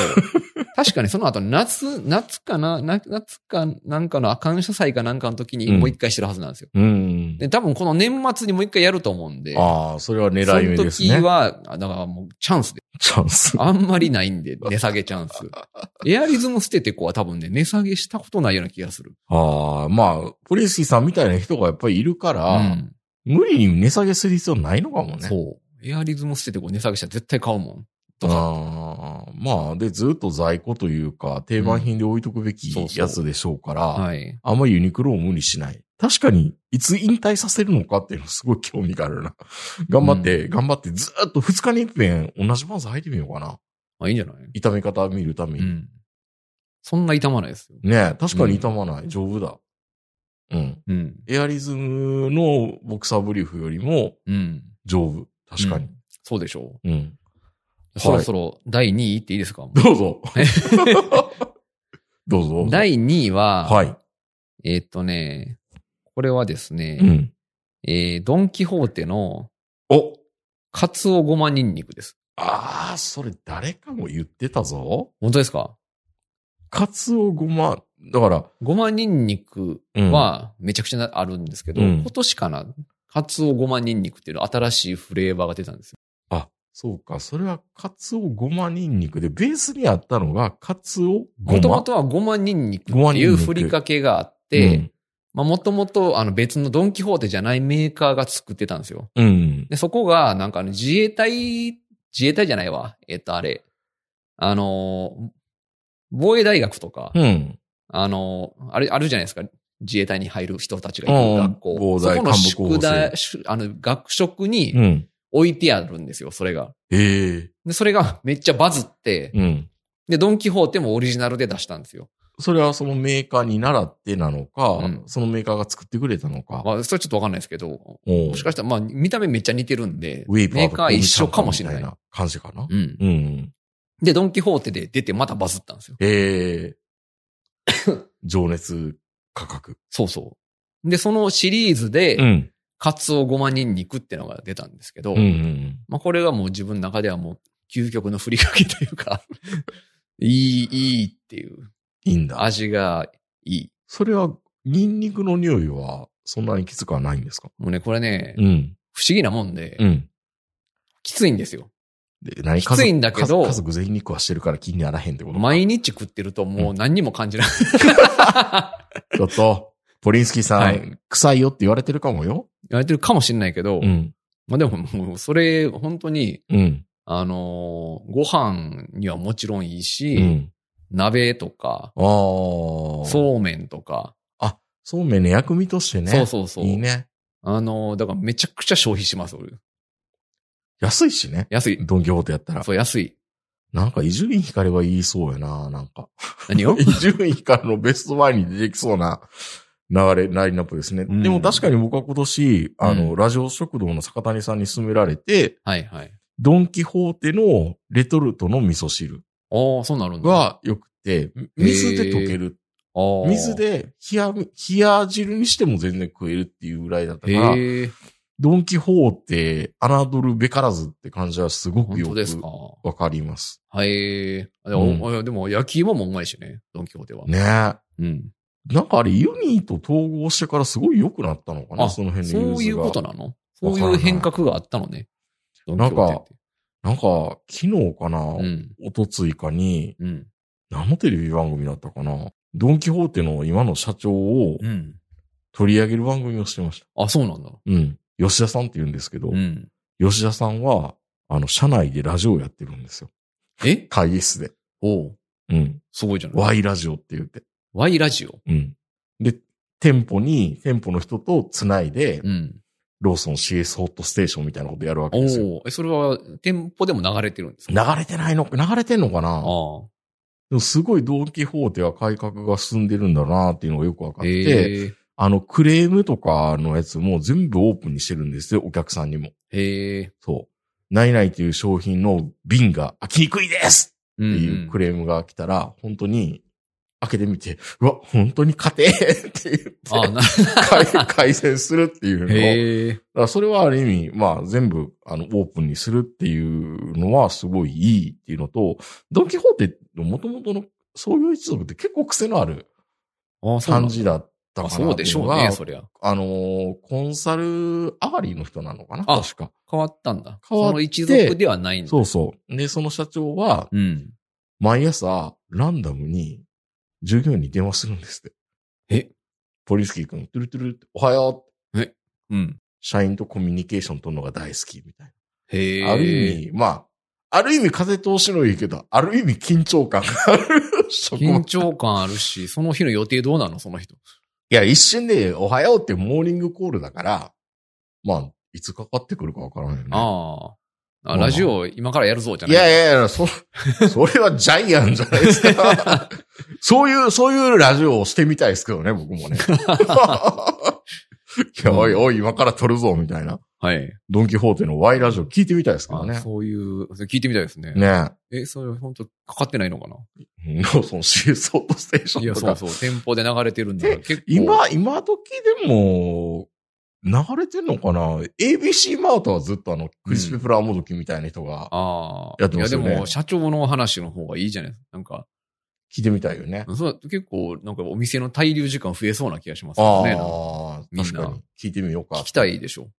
[SPEAKER 2] 確かにその後夏、夏かな、な夏かなんかの感謝祭かなんかの時に
[SPEAKER 3] うん
[SPEAKER 2] もう一回してるはずなんですよ。
[SPEAKER 3] うん。
[SPEAKER 2] で、多分この年末にもう一回やると思うんで、
[SPEAKER 3] ああ、それは狙い目ですね。
[SPEAKER 2] その時は、あだからもうチャンスで。
[SPEAKER 3] チャンス。
[SPEAKER 2] あんまりないんで、値下げチャ ンス。エアリズム捨ててこは多分ね、値下げしたことないような気がする。
[SPEAKER 3] ああ、まあ、プレスキーさんみたいな人がやっぱりいるから、
[SPEAKER 2] うん
[SPEAKER 3] 無理に値下げする必要ないのかもね。
[SPEAKER 2] そう。エアリズム捨ててこう値下げしたら絶対買うもん。とか。
[SPEAKER 3] あーまあ、で、ずっと在庫というか、定番品で置いとくべき
[SPEAKER 2] うんそうそう
[SPEAKER 3] やつでしょうから、
[SPEAKER 2] はい。
[SPEAKER 3] あんまユニクロを無理しない。確かに、いつ引退させるのかっていうのすごい興味があるな。 頑張って、頑張って、ずーっと2日に一遍同じパンツ履いてみようかな。
[SPEAKER 2] あ、いいんじゃない
[SPEAKER 3] 痛め方見るため
[SPEAKER 2] う
[SPEAKER 3] に。
[SPEAKER 2] ん。そんな痛まないですよ。
[SPEAKER 3] ねえ確かに痛まない。丈夫だ。うん。
[SPEAKER 2] うん。
[SPEAKER 3] エアリズムのボクサーブリーフよりも
[SPEAKER 2] うん。
[SPEAKER 3] 丈夫。確かに。
[SPEAKER 2] そうでしょ
[SPEAKER 3] うん。
[SPEAKER 2] う。そろそろ第2位っていいです か
[SPEAKER 3] どうぞ。どうぞ。
[SPEAKER 2] 第2位は、
[SPEAKER 3] はい。
[SPEAKER 2] えーっとね、これはですね、
[SPEAKER 3] うん。
[SPEAKER 2] えードンキホーテの
[SPEAKER 3] お
[SPEAKER 2] カツオゴマニンニクです。
[SPEAKER 3] ああ、それ誰かも言ってたぞ。
[SPEAKER 2] 本当ですか
[SPEAKER 3] カツオごま、だから、
[SPEAKER 2] ゴマニンニク
[SPEAKER 3] うん、
[SPEAKER 2] はめちゃくちゃなあるんですけど、
[SPEAKER 3] うん
[SPEAKER 2] 今年かな、カツオゴマニンニクっていう新しいフレーバーが出たんですよ。
[SPEAKER 3] あ、そうか。それはカツオごまニンニクで、ベースにあったのがカツオご
[SPEAKER 2] もとも
[SPEAKER 3] ま。
[SPEAKER 2] とはゴマニンニクっ
[SPEAKER 3] ゴマ
[SPEAKER 2] て
[SPEAKER 3] ニ
[SPEAKER 2] い
[SPEAKER 3] ンニ
[SPEAKER 2] う
[SPEAKER 3] ク
[SPEAKER 2] ふりかけがあっ
[SPEAKER 3] う
[SPEAKER 2] て、
[SPEAKER 3] ん、
[SPEAKER 2] まあもともとあの別のドンキホーテじゃないメーカーが作ってたんですよ。
[SPEAKER 3] うん。
[SPEAKER 2] で、そこが、なんかあの自衛隊、自衛隊じゃないわ。えっと、あれ。あのー、防衛大学とか、
[SPEAKER 3] うん。
[SPEAKER 2] あのー、あれ、あるじゃないですか。自衛隊に入る人たちが
[SPEAKER 3] う
[SPEAKER 2] い
[SPEAKER 3] ん
[SPEAKER 2] る学校。
[SPEAKER 3] 防
[SPEAKER 2] そ
[SPEAKER 3] 大
[SPEAKER 2] この
[SPEAKER 3] 幹部候補
[SPEAKER 2] 宿題
[SPEAKER 3] 生、
[SPEAKER 2] 宿あの、学食
[SPEAKER 3] う
[SPEAKER 2] に
[SPEAKER 3] ん。
[SPEAKER 2] 置いてあるんですよ、それが。
[SPEAKER 3] ええ
[SPEAKER 2] で、それが めっちゃバズって、
[SPEAKER 3] うん。
[SPEAKER 2] で、ドンキホーテもオリジナルで出したんですよ。
[SPEAKER 3] それはそのメーカーに習ってなのか、
[SPEAKER 2] うん
[SPEAKER 3] そのメーカーが作ってくれたのか。
[SPEAKER 2] まあ、それちょっとわかんないですけど、
[SPEAKER 3] おう
[SPEAKER 2] もしかしたら、まあ、見た目めっちゃ似てるんで、
[SPEAKER 3] ウェ
[SPEAKER 2] メ
[SPEAKER 3] イパー
[SPEAKER 2] ー
[SPEAKER 3] と
[SPEAKER 2] カー一緒かもしれない
[SPEAKER 3] みた。な感じかな。
[SPEAKER 2] うん。
[SPEAKER 3] うん。
[SPEAKER 2] で、ドンキホーテで出てまたバズったんですよ。
[SPEAKER 3] ええ 情熱価格。
[SPEAKER 2] そうそう。で、そのシリーズで、
[SPEAKER 3] ん。
[SPEAKER 2] カツオごまニンニクってのが出たんですけど、
[SPEAKER 3] うんうん
[SPEAKER 2] まあこれがもう自分の中ではもう究極のふりかけというか、 いい、いいっていう、
[SPEAKER 3] いいんだ。
[SPEAKER 2] 味がいい。
[SPEAKER 3] それは、ニンニクの匂いは、そんなにきつくはないんですか
[SPEAKER 2] もうね、これね、
[SPEAKER 3] ん。
[SPEAKER 2] 不思議なもんで、
[SPEAKER 3] うん。
[SPEAKER 2] きついんですよ。
[SPEAKER 3] で、何
[SPEAKER 2] きついんだけど
[SPEAKER 3] 家族全員肉はしてるから気にならへんってことか。
[SPEAKER 2] 毎日食ってるともう何にも感 じない。
[SPEAKER 3] ちょっと、ポリンスキーさん、
[SPEAKER 2] はい
[SPEAKER 3] 臭いよって言われてるかもよ。
[SPEAKER 2] 言われてるかもしれないけど、
[SPEAKER 3] ん。
[SPEAKER 2] まあでももうそれ本当に、
[SPEAKER 3] うん。
[SPEAKER 2] あのーご飯にはもちろんいいし、
[SPEAKER 3] うん。
[SPEAKER 2] 鍋とか、
[SPEAKER 3] ああ。う。
[SPEAKER 2] そうめんとか、
[SPEAKER 3] あ、そうめんの薬味としてね。
[SPEAKER 2] そうそうそう。
[SPEAKER 3] いいね。
[SPEAKER 2] あの、だからめちゃくちゃ消費します、俺。
[SPEAKER 3] 安いしね。
[SPEAKER 2] 安い。
[SPEAKER 3] ドンキホーテやったら。
[SPEAKER 2] そう、安い。
[SPEAKER 3] なんか伊集院光は言いそうやな、なんか。
[SPEAKER 2] 何を
[SPEAKER 3] 伊集院光のベストワインに出てきそうな流れ、ラインナップですね。
[SPEAKER 2] うん
[SPEAKER 3] でも確かに僕は今年、あの、
[SPEAKER 2] うん
[SPEAKER 3] ラジオ食堂の坂谷さんに勧められて、
[SPEAKER 2] はいはい。
[SPEAKER 3] ドンキホーテのレトルトの味噌汁
[SPEAKER 2] ああ、そうなるんだ。
[SPEAKER 3] が良くて、水で溶ける。
[SPEAKER 2] あー
[SPEAKER 3] 水。で冷や、冷や汁にしても全然食えるっていうぐらいだったから、
[SPEAKER 2] へえ、
[SPEAKER 3] ドンキホーテ、侮るべからずって感じはすごく
[SPEAKER 2] 本
[SPEAKER 3] よ
[SPEAKER 2] 当
[SPEAKER 3] く
[SPEAKER 2] ですか。
[SPEAKER 3] わかります。
[SPEAKER 2] はい。あで
[SPEAKER 3] うん
[SPEAKER 2] も、あでも焼き芋もうまいしね、ドンキホーテは。
[SPEAKER 3] ねえ。
[SPEAKER 2] うん。
[SPEAKER 3] なんかあれ、ユニと統合してからすごい良くなったのかな
[SPEAKER 2] あ
[SPEAKER 3] その辺
[SPEAKER 2] そ
[SPEAKER 3] のユーズが。
[SPEAKER 2] ういうことなの
[SPEAKER 3] わ
[SPEAKER 2] そう
[SPEAKER 3] からな
[SPEAKER 2] い
[SPEAKER 3] い
[SPEAKER 2] う変革があったのね。ドンキホーテって
[SPEAKER 3] なんか、昨日かな、
[SPEAKER 2] うん。
[SPEAKER 3] おとついかに、
[SPEAKER 2] うん。
[SPEAKER 3] 何のテレビ番組だったかなドンキホーテの今の社長を
[SPEAKER 2] うん。
[SPEAKER 3] 取り上げる番組をしてました。
[SPEAKER 2] あ、そうなんだ。
[SPEAKER 3] うん。吉田さんって言うんですけど、
[SPEAKER 2] うん。
[SPEAKER 3] 吉田さんは、あの、社内でラジオやってるんですよ。
[SPEAKER 2] え
[SPEAKER 3] 会議室で。
[SPEAKER 2] おう
[SPEAKER 3] うん。
[SPEAKER 2] すごいじゃない。
[SPEAKER 3] Y ラジオって言って。
[SPEAKER 2] ワイラジオ。
[SPEAKER 3] うん。で、店舗に、店舗の人と繋いで、
[SPEAKER 2] うん。
[SPEAKER 3] ローソン CS ホットステーションみたいなことやるわけ
[SPEAKER 2] お
[SPEAKER 3] ですよ。
[SPEAKER 2] おうえ、それは店舗でも流れてるんですか
[SPEAKER 3] 流れてないの流れてんのかな
[SPEAKER 2] ああ。
[SPEAKER 3] でもすごいドン・キホーテは改革が進んでるんだなっていうのがよくわかって、
[SPEAKER 2] へえ。
[SPEAKER 3] あの、クレームとかのやつも全部オープンにしてるんですよ、お客さんにも。
[SPEAKER 2] へえ。
[SPEAKER 3] そう。ないないという商品の瓶が開きにくいです
[SPEAKER 2] う
[SPEAKER 3] っ
[SPEAKER 2] ん
[SPEAKER 3] ていうクレームが来たら、本当に開けてみて、うわ、本当に家庭って
[SPEAKER 2] あ
[SPEAKER 3] 言っ
[SPEAKER 2] あ、
[SPEAKER 3] て
[SPEAKER 2] な、
[SPEAKER 3] 改、改善するっていうのを、
[SPEAKER 2] へえ。
[SPEAKER 3] だからそれはある意味、まあ全部、あの、オープンにするっていうのはすごいいいっていうのと、ドンキホーテの元々の創業一族って結構癖のある
[SPEAKER 2] ああ、そうなん
[SPEAKER 3] 感
[SPEAKER 2] だ
[SPEAKER 3] じだったか
[SPEAKER 2] あ
[SPEAKER 3] な
[SPEAKER 2] そうでしょうね、
[SPEAKER 3] っていのが
[SPEAKER 2] そりゃ。
[SPEAKER 3] あのーコンサル上がりの人なのかな
[SPEAKER 2] あ
[SPEAKER 3] 確か。
[SPEAKER 2] 変わったんだ。
[SPEAKER 3] 変わって
[SPEAKER 2] その一族ではないんだ。
[SPEAKER 3] そうそう。で、その社長は、
[SPEAKER 2] うん。
[SPEAKER 3] 毎朝、ランダムに、従業員に電話するんですって。
[SPEAKER 2] え
[SPEAKER 3] ポリスキー君、トゥルトゥルって、おはよう。
[SPEAKER 2] うん。
[SPEAKER 3] 社員とコミュニケーション取るのが大好き、みたいな。
[SPEAKER 2] へえ。
[SPEAKER 3] ある意味、まあ、ある意味風通しのいいけど、ある意味緊 張感がある職場。
[SPEAKER 2] 緊張感あるし、その日の予定どうなのその人。
[SPEAKER 3] いや、一瞬でおはようってモーニングコールだから、まあ、いつかかってくるかわからないよね。
[SPEAKER 2] ああ
[SPEAKER 3] まあ
[SPEAKER 2] あ。ラジオ今からやるぞ、じゃ
[SPEAKER 3] い
[SPEAKER 2] ない
[SPEAKER 3] やいやいや、そ、それはジャイアンじゃな いですか。そういう、そういうラジオをしてみたいですけどね、僕 もね。いや、おいおい、今から撮るぞ、みたいな。
[SPEAKER 2] はい。
[SPEAKER 3] ドンキホーテの Y ラジオ聞いてみたいですけど
[SPEAKER 2] あ
[SPEAKER 3] ね。
[SPEAKER 2] そういう、それ聞いてみたいですね。
[SPEAKER 3] ね
[SPEAKER 2] え、それ本当かかってないのかな
[SPEAKER 3] え。ローソン CS ホットステーションとか。
[SPEAKER 2] いや、そうそう。店舗で流れてるんだから結構。
[SPEAKER 3] 今、今時でも、流れてんのかな ?ABC マートはずっとあの、クリスピプラーもどきみたいな人が
[SPEAKER 2] ああ。
[SPEAKER 3] やってますよね
[SPEAKER 2] いや、でも、社長の話の方がいいじゃないですか。なんか、
[SPEAKER 3] 聞いてみたいよね。
[SPEAKER 2] そうだと結構、なんかお店の滞留時間増えそうな気がしますよね。なんか
[SPEAKER 3] ああ、
[SPEAKER 2] みんな
[SPEAKER 3] 確かに。聞いてみようか。
[SPEAKER 2] 聞きたいで しょ。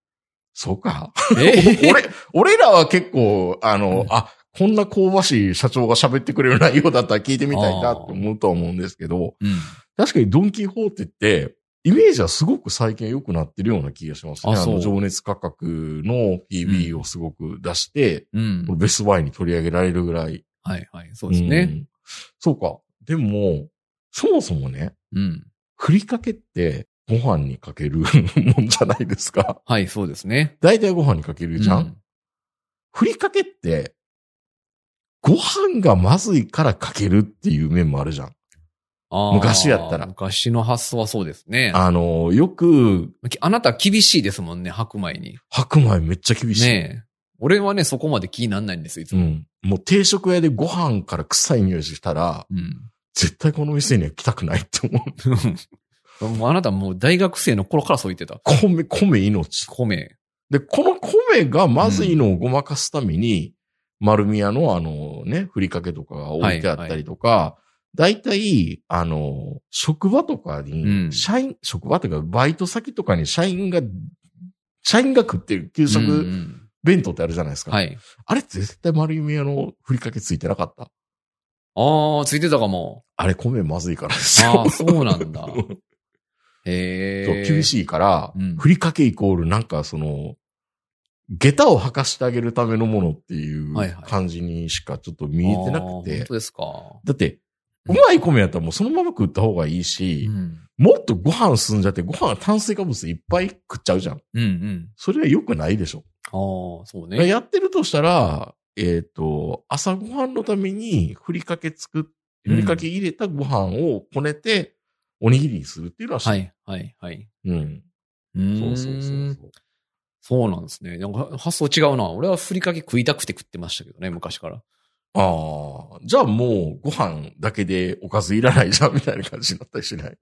[SPEAKER 3] そうか。
[SPEAKER 2] え
[SPEAKER 3] 俺、俺らは結構、あ
[SPEAKER 2] う
[SPEAKER 3] の
[SPEAKER 2] ん、
[SPEAKER 3] あ、こんな香ばしい社長が喋ってくれる内容だったら聞いてみたいなって思うとは思うんですけど、
[SPEAKER 2] うん。
[SPEAKER 3] 確かにドンキホーテって、イメージはすごく最近良くなってるような気がしますね。
[SPEAKER 2] あ
[SPEAKER 3] あ
[SPEAKER 2] そう
[SPEAKER 3] の、情熱価格の PB をすごく出して、
[SPEAKER 2] うん。
[SPEAKER 3] ベストバイに取り上げられるぐらい。
[SPEAKER 2] はいはい。そうですね。
[SPEAKER 3] んそうか。でも、そもそもね、
[SPEAKER 2] うん。
[SPEAKER 3] ふりかけってご飯にかける もんじゃないですか。
[SPEAKER 2] はい、そうですね。
[SPEAKER 3] 大体ご飯にかけるじゃん、ふりかけって、ご飯がまずいからかけるっていう面もあるじゃん。
[SPEAKER 2] あー
[SPEAKER 3] 昔やったら
[SPEAKER 2] 昔の発想はそうですね。あ
[SPEAKER 3] あの、よく、
[SPEAKER 2] なた厳しいですもんね、白米に。
[SPEAKER 3] 白米めっちゃ厳しい。
[SPEAKER 2] ねえ。俺はね、そこまで気になんないんですよ、いつ
[SPEAKER 3] う
[SPEAKER 2] も。
[SPEAKER 3] ん。もう定食屋でご飯から臭い匂いしたら、
[SPEAKER 2] うん。
[SPEAKER 3] 絶対この店には来たくないって思う。
[SPEAKER 2] もうあなたもう大学生の頃からそう言ってた。
[SPEAKER 3] 米、米命。
[SPEAKER 2] 米。
[SPEAKER 3] で、この米がまずいのをごまかすために、丸宮のあのね、ふりかけとかが置いてあったりとか、大体、あの、職場とか
[SPEAKER 2] う
[SPEAKER 3] に、
[SPEAKER 2] ん
[SPEAKER 3] 社員、職場というか、バイト先とかに社員が、社員が食ってる給
[SPEAKER 2] うんう
[SPEAKER 3] 食
[SPEAKER 2] ん
[SPEAKER 3] 弁当ってあるじゃないですか。
[SPEAKER 2] はい。
[SPEAKER 3] あれって絶対丸宮のふりかけついてなかった。
[SPEAKER 2] ああ、ついてたか も。
[SPEAKER 3] あれ米まずいからですよ。
[SPEAKER 2] ああ、そうなん だ。へえ。
[SPEAKER 3] 厳しいから、
[SPEAKER 2] うん
[SPEAKER 3] ふりかけイコールなんかその、下駄を履かしてあげるためのものっていう
[SPEAKER 2] はいはい
[SPEAKER 3] 感じにしかちょっと見えてなく
[SPEAKER 2] あー
[SPEAKER 3] て。
[SPEAKER 2] 本当ですか。
[SPEAKER 3] だって、うまい米やったらもうそのまま食った方がいいし、
[SPEAKER 2] うん
[SPEAKER 3] もっとご飯進んじゃって、ご飯は炭水化物いっぱい食っちゃうじゃん。
[SPEAKER 2] うんうん。
[SPEAKER 3] それは良くないでしょ。
[SPEAKER 2] ああ、そうね。
[SPEAKER 3] やってるとしたら、えっ、と、朝ご飯のために、ふりかけ作っ、
[SPEAKER 2] うん
[SPEAKER 3] ふりかけ入れたご飯をこねて、おにぎりにするっていうのはし、
[SPEAKER 2] はいはいはい。
[SPEAKER 3] うん。
[SPEAKER 2] うーん
[SPEAKER 3] そうそうそうそう。
[SPEAKER 2] そうなんですね。なんか発想違うな。俺はふりかけ食いたくて食ってましたけどね、昔から。
[SPEAKER 3] ああ、じゃあもうご飯だけでおかずいらないじゃんみたいな感じになったりしない。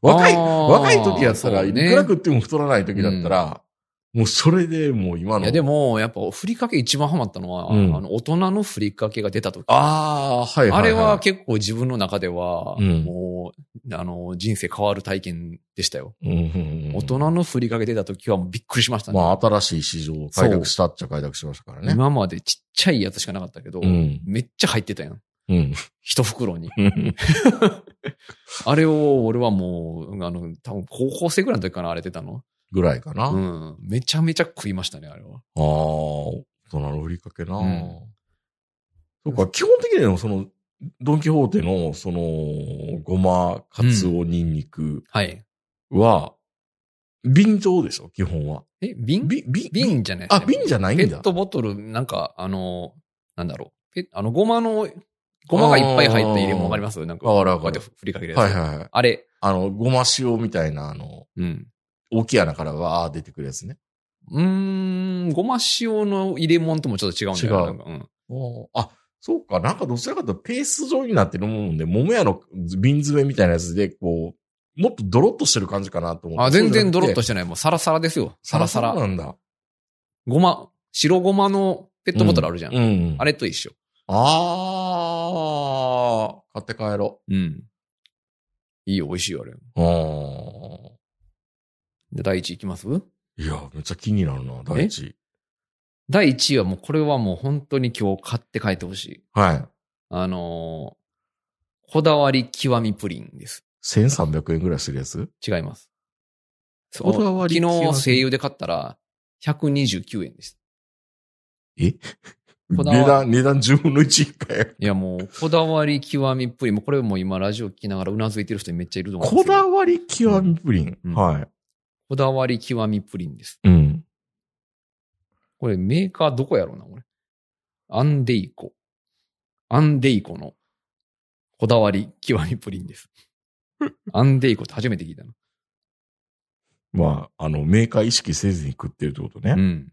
[SPEAKER 3] 若い、
[SPEAKER 2] あー
[SPEAKER 3] 若い時やったら、
[SPEAKER 2] そう
[SPEAKER 3] い
[SPEAKER 2] ね
[SPEAKER 3] くら食っても太らない時だったら、もうそれでもう今
[SPEAKER 2] い
[SPEAKER 3] の。
[SPEAKER 2] やでも、やっぱふりかけ一番ハマったのは、
[SPEAKER 3] うん
[SPEAKER 2] あの大人のふりかけが出た時。
[SPEAKER 3] ああ、はいはい、
[SPEAKER 2] あれは
[SPEAKER 3] 結
[SPEAKER 2] 結構自分の中では、
[SPEAKER 3] うん
[SPEAKER 2] もう、あの、人生変わる体験でしたよ。
[SPEAKER 3] 構、うんうんうん
[SPEAKER 2] 大人のふりかけ出た時はもうびっくりしましたね。
[SPEAKER 3] まあ新しい市場を開拓したっちゃ開拓しましたからね。
[SPEAKER 2] 今までちっちゃいやつしかなかったけど、
[SPEAKER 3] うん。
[SPEAKER 2] めっちゃ入ってたやん。
[SPEAKER 3] うん。
[SPEAKER 2] 一袋に。
[SPEAKER 3] うん
[SPEAKER 2] あれを俺はもう、あの、多分高校生ぐらいの時かな、あれ出たの。
[SPEAKER 3] ぐらいかな。
[SPEAKER 2] う
[SPEAKER 3] ああ、
[SPEAKER 2] ん。めちゃめちゃ食いましたね、あれは。
[SPEAKER 3] 大人のふりかけな、
[SPEAKER 2] うん
[SPEAKER 3] そうか、基本的にはでもその、ドンキホーテの、その、ごま、かつお、にんにく
[SPEAKER 2] はい。
[SPEAKER 3] は、瓶状でしょ基本は。
[SPEAKER 2] え、瓶
[SPEAKER 3] びび
[SPEAKER 2] 瓶じゃない
[SPEAKER 3] あ、瓶じゃないん
[SPEAKER 2] ペ
[SPEAKER 3] だ。
[SPEAKER 2] ットボトル、なんか、あの、なんだろう。ペあの、ごまの、ごまがいっぱい入った入れ物わかりますなんか、
[SPEAKER 3] わかるわ
[SPEAKER 2] こう
[SPEAKER 3] か
[SPEAKER 2] やって
[SPEAKER 3] る。
[SPEAKER 2] 振りかけるやつ。
[SPEAKER 3] はいはいはい。
[SPEAKER 2] あれ、
[SPEAKER 3] あの、ごま塩みたいな、あの、
[SPEAKER 2] うん。
[SPEAKER 3] 大きい穴からわー出てくるやつね。
[SPEAKER 2] うーん、ごま塩の入れ物ともちょっと違うんだよ
[SPEAKER 3] 違う
[SPEAKER 2] なんかうん。
[SPEAKER 3] あ、そうか。なんかどちらかというとペース状になってるもんで、桃屋の瓶詰めみたいなやつで、こう、もっとドロッとしてる感じかなと思って。
[SPEAKER 2] あ、全然ドロッと
[SPEAKER 3] して
[SPEAKER 2] してない。もうサラサラですよ。サ
[SPEAKER 3] サ
[SPEAKER 2] ラ
[SPEAKER 3] ラ
[SPEAKER 2] サ
[SPEAKER 3] サ
[SPEAKER 2] ラ
[SPEAKER 3] ラ。。なんだ。
[SPEAKER 2] ごま、白ごまのペットボトルあるじゃん。
[SPEAKER 3] うん。
[SPEAKER 2] あれと一緒。
[SPEAKER 3] あー、買って帰ろ
[SPEAKER 2] うん。いいよ、美味しいよ、あれ。
[SPEAKER 3] う。あ
[SPEAKER 2] で第1位いきます
[SPEAKER 3] ー。いや、めっちゃ気になるな、第一。
[SPEAKER 2] 第1位はもう、これはもう本当に今日買って帰ってほしい。
[SPEAKER 3] はい。
[SPEAKER 2] あのーこだわり極みプリンです。
[SPEAKER 3] 1300円ぐらいするやつ
[SPEAKER 2] 違います。そう
[SPEAKER 3] こだわり極み
[SPEAKER 2] 昨日声優で買ったら、129円です。こ
[SPEAKER 3] 値
[SPEAKER 2] だわ
[SPEAKER 3] 段、値段10分の1以下や。
[SPEAKER 2] いやもう、こだわり極みプリン。もうこれもう今ラジオ聞きながらうなずいてる人めっちゃいると思うんで
[SPEAKER 3] こ
[SPEAKER 2] すけど
[SPEAKER 3] だわり極みプリン。
[SPEAKER 2] うん
[SPEAKER 3] は
[SPEAKER 2] こだわり極みプリンです。
[SPEAKER 3] い。うん。
[SPEAKER 2] これメーカーどこやろうな、これ。アンデイコ。アンデイコのこだわり極みプリン です。アンデイコって初めて聞いたの。
[SPEAKER 3] まあ、あの、メーカー意識せずに食ってるってことね。
[SPEAKER 2] うん。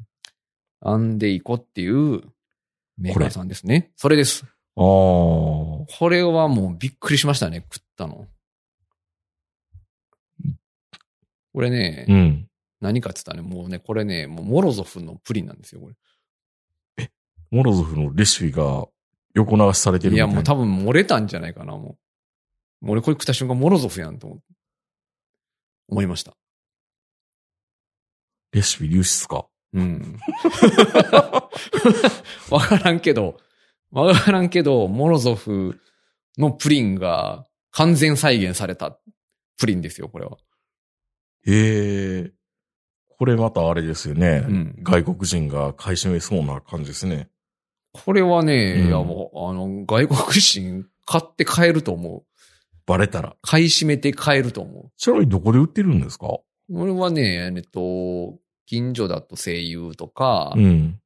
[SPEAKER 2] アンデイコっていうメーカーさんですね。それです。
[SPEAKER 3] ああ。
[SPEAKER 2] これはもうびっくりしましたね、食ったの。これね、
[SPEAKER 3] ん。
[SPEAKER 2] 何かって言ったらね、もうね、これね、もうモロゾフのプリンなんですよ、これ。
[SPEAKER 3] モロゾフのレシピが横流しされて
[SPEAKER 2] い
[SPEAKER 3] るみた
[SPEAKER 2] や、
[SPEAKER 3] いな。
[SPEAKER 2] もう多分漏れたんじゃないかな、もう。もう俺これ食った瞬間モロゾフやんと思って思いました。
[SPEAKER 3] レシピ流出か。
[SPEAKER 2] うん。 わからんけど、わからんけど、モロゾフのプリンが完全再現されたプリンですよ、これは。
[SPEAKER 3] へえ。これまたあれですよね。
[SPEAKER 2] うん
[SPEAKER 3] 外国人が買い占めそうな感じですね。
[SPEAKER 2] これはね、
[SPEAKER 3] うん
[SPEAKER 2] いやもう、あの、外国人買って買えると思う。
[SPEAKER 3] バレたら。
[SPEAKER 2] 買い占めて買えると思
[SPEAKER 3] ちなみにどこで売ってるんですか
[SPEAKER 2] う。俺はね、えっと、近所だと声優とか、
[SPEAKER 3] ん。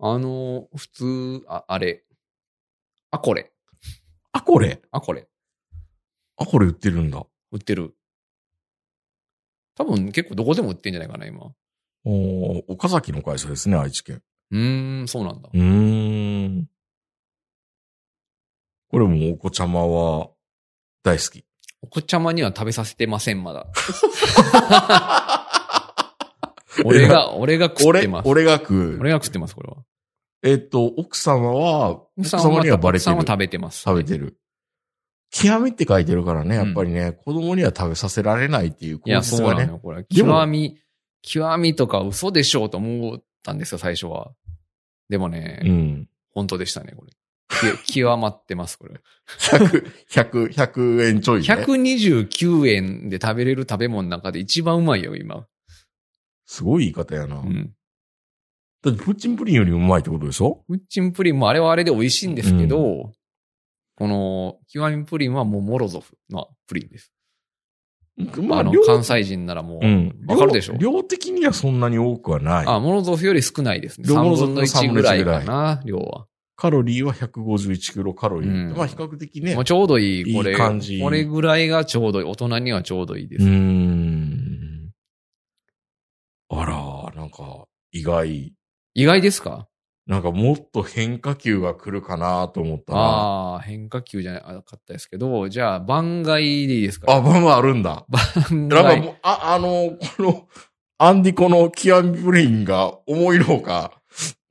[SPEAKER 2] あの、普通、あ、あれ、あこれ、
[SPEAKER 3] あ、これ。
[SPEAKER 2] あこれ、
[SPEAKER 3] あ、これ売ってるんだ。
[SPEAKER 2] 売ってる。多分結構どこでも売ってんじゃないかな、今。
[SPEAKER 3] おー岡崎の会社ですね、愛知県。
[SPEAKER 2] うーん、そうなんだ。
[SPEAKER 3] うーん。これもお子ちゃまは大好き。
[SPEAKER 2] お子ちゃまには食べさせてません、ま だ。俺が、俺が食って
[SPEAKER 3] 俺
[SPEAKER 2] ます。、俺
[SPEAKER 3] 俺が食う。
[SPEAKER 2] が食ってます、これは。
[SPEAKER 3] えっと、奥様は、奥様にはバレて
[SPEAKER 2] さん
[SPEAKER 3] る
[SPEAKER 2] は。食べてます。
[SPEAKER 3] 食べてる。極みって書いてるからね、やっぱりね、子供には食べさせられないっていう
[SPEAKER 2] い
[SPEAKER 3] 構
[SPEAKER 2] や、
[SPEAKER 3] 想
[SPEAKER 2] そう
[SPEAKER 3] が
[SPEAKER 2] な
[SPEAKER 3] ね
[SPEAKER 2] の。よ、これ。
[SPEAKER 3] でも
[SPEAKER 2] 極み、極みとか嘘でしょうと思ったんですよ、最初は。でもね、
[SPEAKER 3] うん。
[SPEAKER 2] 本当でしたね、これ。き極まってます、これ。
[SPEAKER 3] 100、100、100円ちょい、ね。
[SPEAKER 2] 129円で食べれる食べ物の中で一番うまいよ、今。
[SPEAKER 3] すごい言い方やな。
[SPEAKER 2] うん。
[SPEAKER 3] だってプッチンプリンよりうまいってことでしょ
[SPEAKER 2] プッチンプリンもあれはあれで美味しいんですけど、この、極みプリンはもうモロゾフのプリンです。
[SPEAKER 3] まあ、
[SPEAKER 2] あの
[SPEAKER 3] 量、
[SPEAKER 2] 関西人ならも
[SPEAKER 3] う
[SPEAKER 2] う、
[SPEAKER 3] ん。
[SPEAKER 2] わかるでしょ
[SPEAKER 3] 量量的にはそんなに多くはない。
[SPEAKER 2] あ、モノゾフより少ないですね。
[SPEAKER 3] 両
[SPEAKER 2] 3
[SPEAKER 3] モノゾフ
[SPEAKER 2] 分
[SPEAKER 3] の
[SPEAKER 2] の1ぐらいかな、量は。
[SPEAKER 3] カロリーは151キロカロリー。
[SPEAKER 2] うん
[SPEAKER 3] まあ、比較的ね
[SPEAKER 2] もう。ちょうどいい、これ。
[SPEAKER 3] いい感じ
[SPEAKER 2] これぐらいがちょうどいい。大人にはちょうどいいで
[SPEAKER 3] うー
[SPEAKER 2] す。
[SPEAKER 3] ん。あら、なんか、意外。
[SPEAKER 2] 意外ですか
[SPEAKER 3] なんかもっと変化球が来るかなと思ったら。あ
[SPEAKER 2] ああ、変化球じゃなかったですけど、じゃあ、番外でいいですか
[SPEAKER 3] あ、まあまああるんだ。
[SPEAKER 2] 番
[SPEAKER 3] なんか
[SPEAKER 2] 外。
[SPEAKER 3] もう、あ、あの、この、アンディコの極みブレインが思いのほか、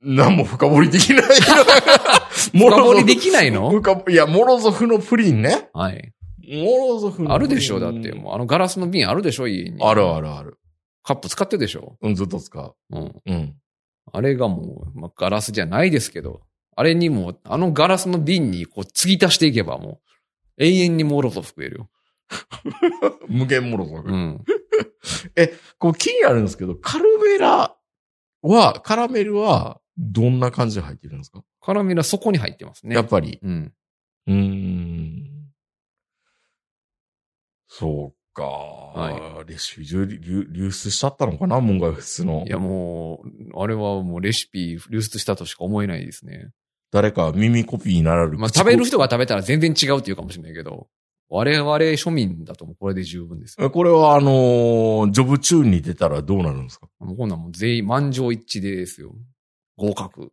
[SPEAKER 3] 何も深掘りできない。 深
[SPEAKER 2] 深掘りできないの
[SPEAKER 3] いや、モロゾフのプリンね。
[SPEAKER 2] はい。
[SPEAKER 3] モロゾフのプリン。
[SPEAKER 2] あるでしょだって、もう、あのガラスの瓶あるでしょ家に。
[SPEAKER 3] あるあるある。
[SPEAKER 2] カップ使ってるでしょ
[SPEAKER 3] うん、ずっと使う。
[SPEAKER 2] うん。
[SPEAKER 3] うん。
[SPEAKER 2] あれがもう、まあ、ガラスじゃないですけど、あれにも、あのガラスの瓶に、こう、継ぎ足していけばもう、永遠にモロゾフ食えるよ。
[SPEAKER 3] 無限モロゾフ。
[SPEAKER 2] うん。
[SPEAKER 3] こう気になるんですけど、カルメラは、カラメルは、どんな感じで入ってるんですか、
[SPEAKER 2] カラメラそこに入ってますね。
[SPEAKER 3] やっぱり。
[SPEAKER 2] うん。
[SPEAKER 3] うーん。そうか、レシピ流流流出しちゃったのかな門外不出の
[SPEAKER 2] い。やもう、あれはもうレシピ流出したとしか思えないですね。
[SPEAKER 3] 誰か耳コピーになられる。
[SPEAKER 2] まあ食べる人が食べたら全然違うっていうかもしれないけど、我々庶民だともうこれで十分ですよ。
[SPEAKER 3] これはあのージョブ中に出たらどうなるんですか
[SPEAKER 2] もうこんなんもう全員満場一致ですよ。合格。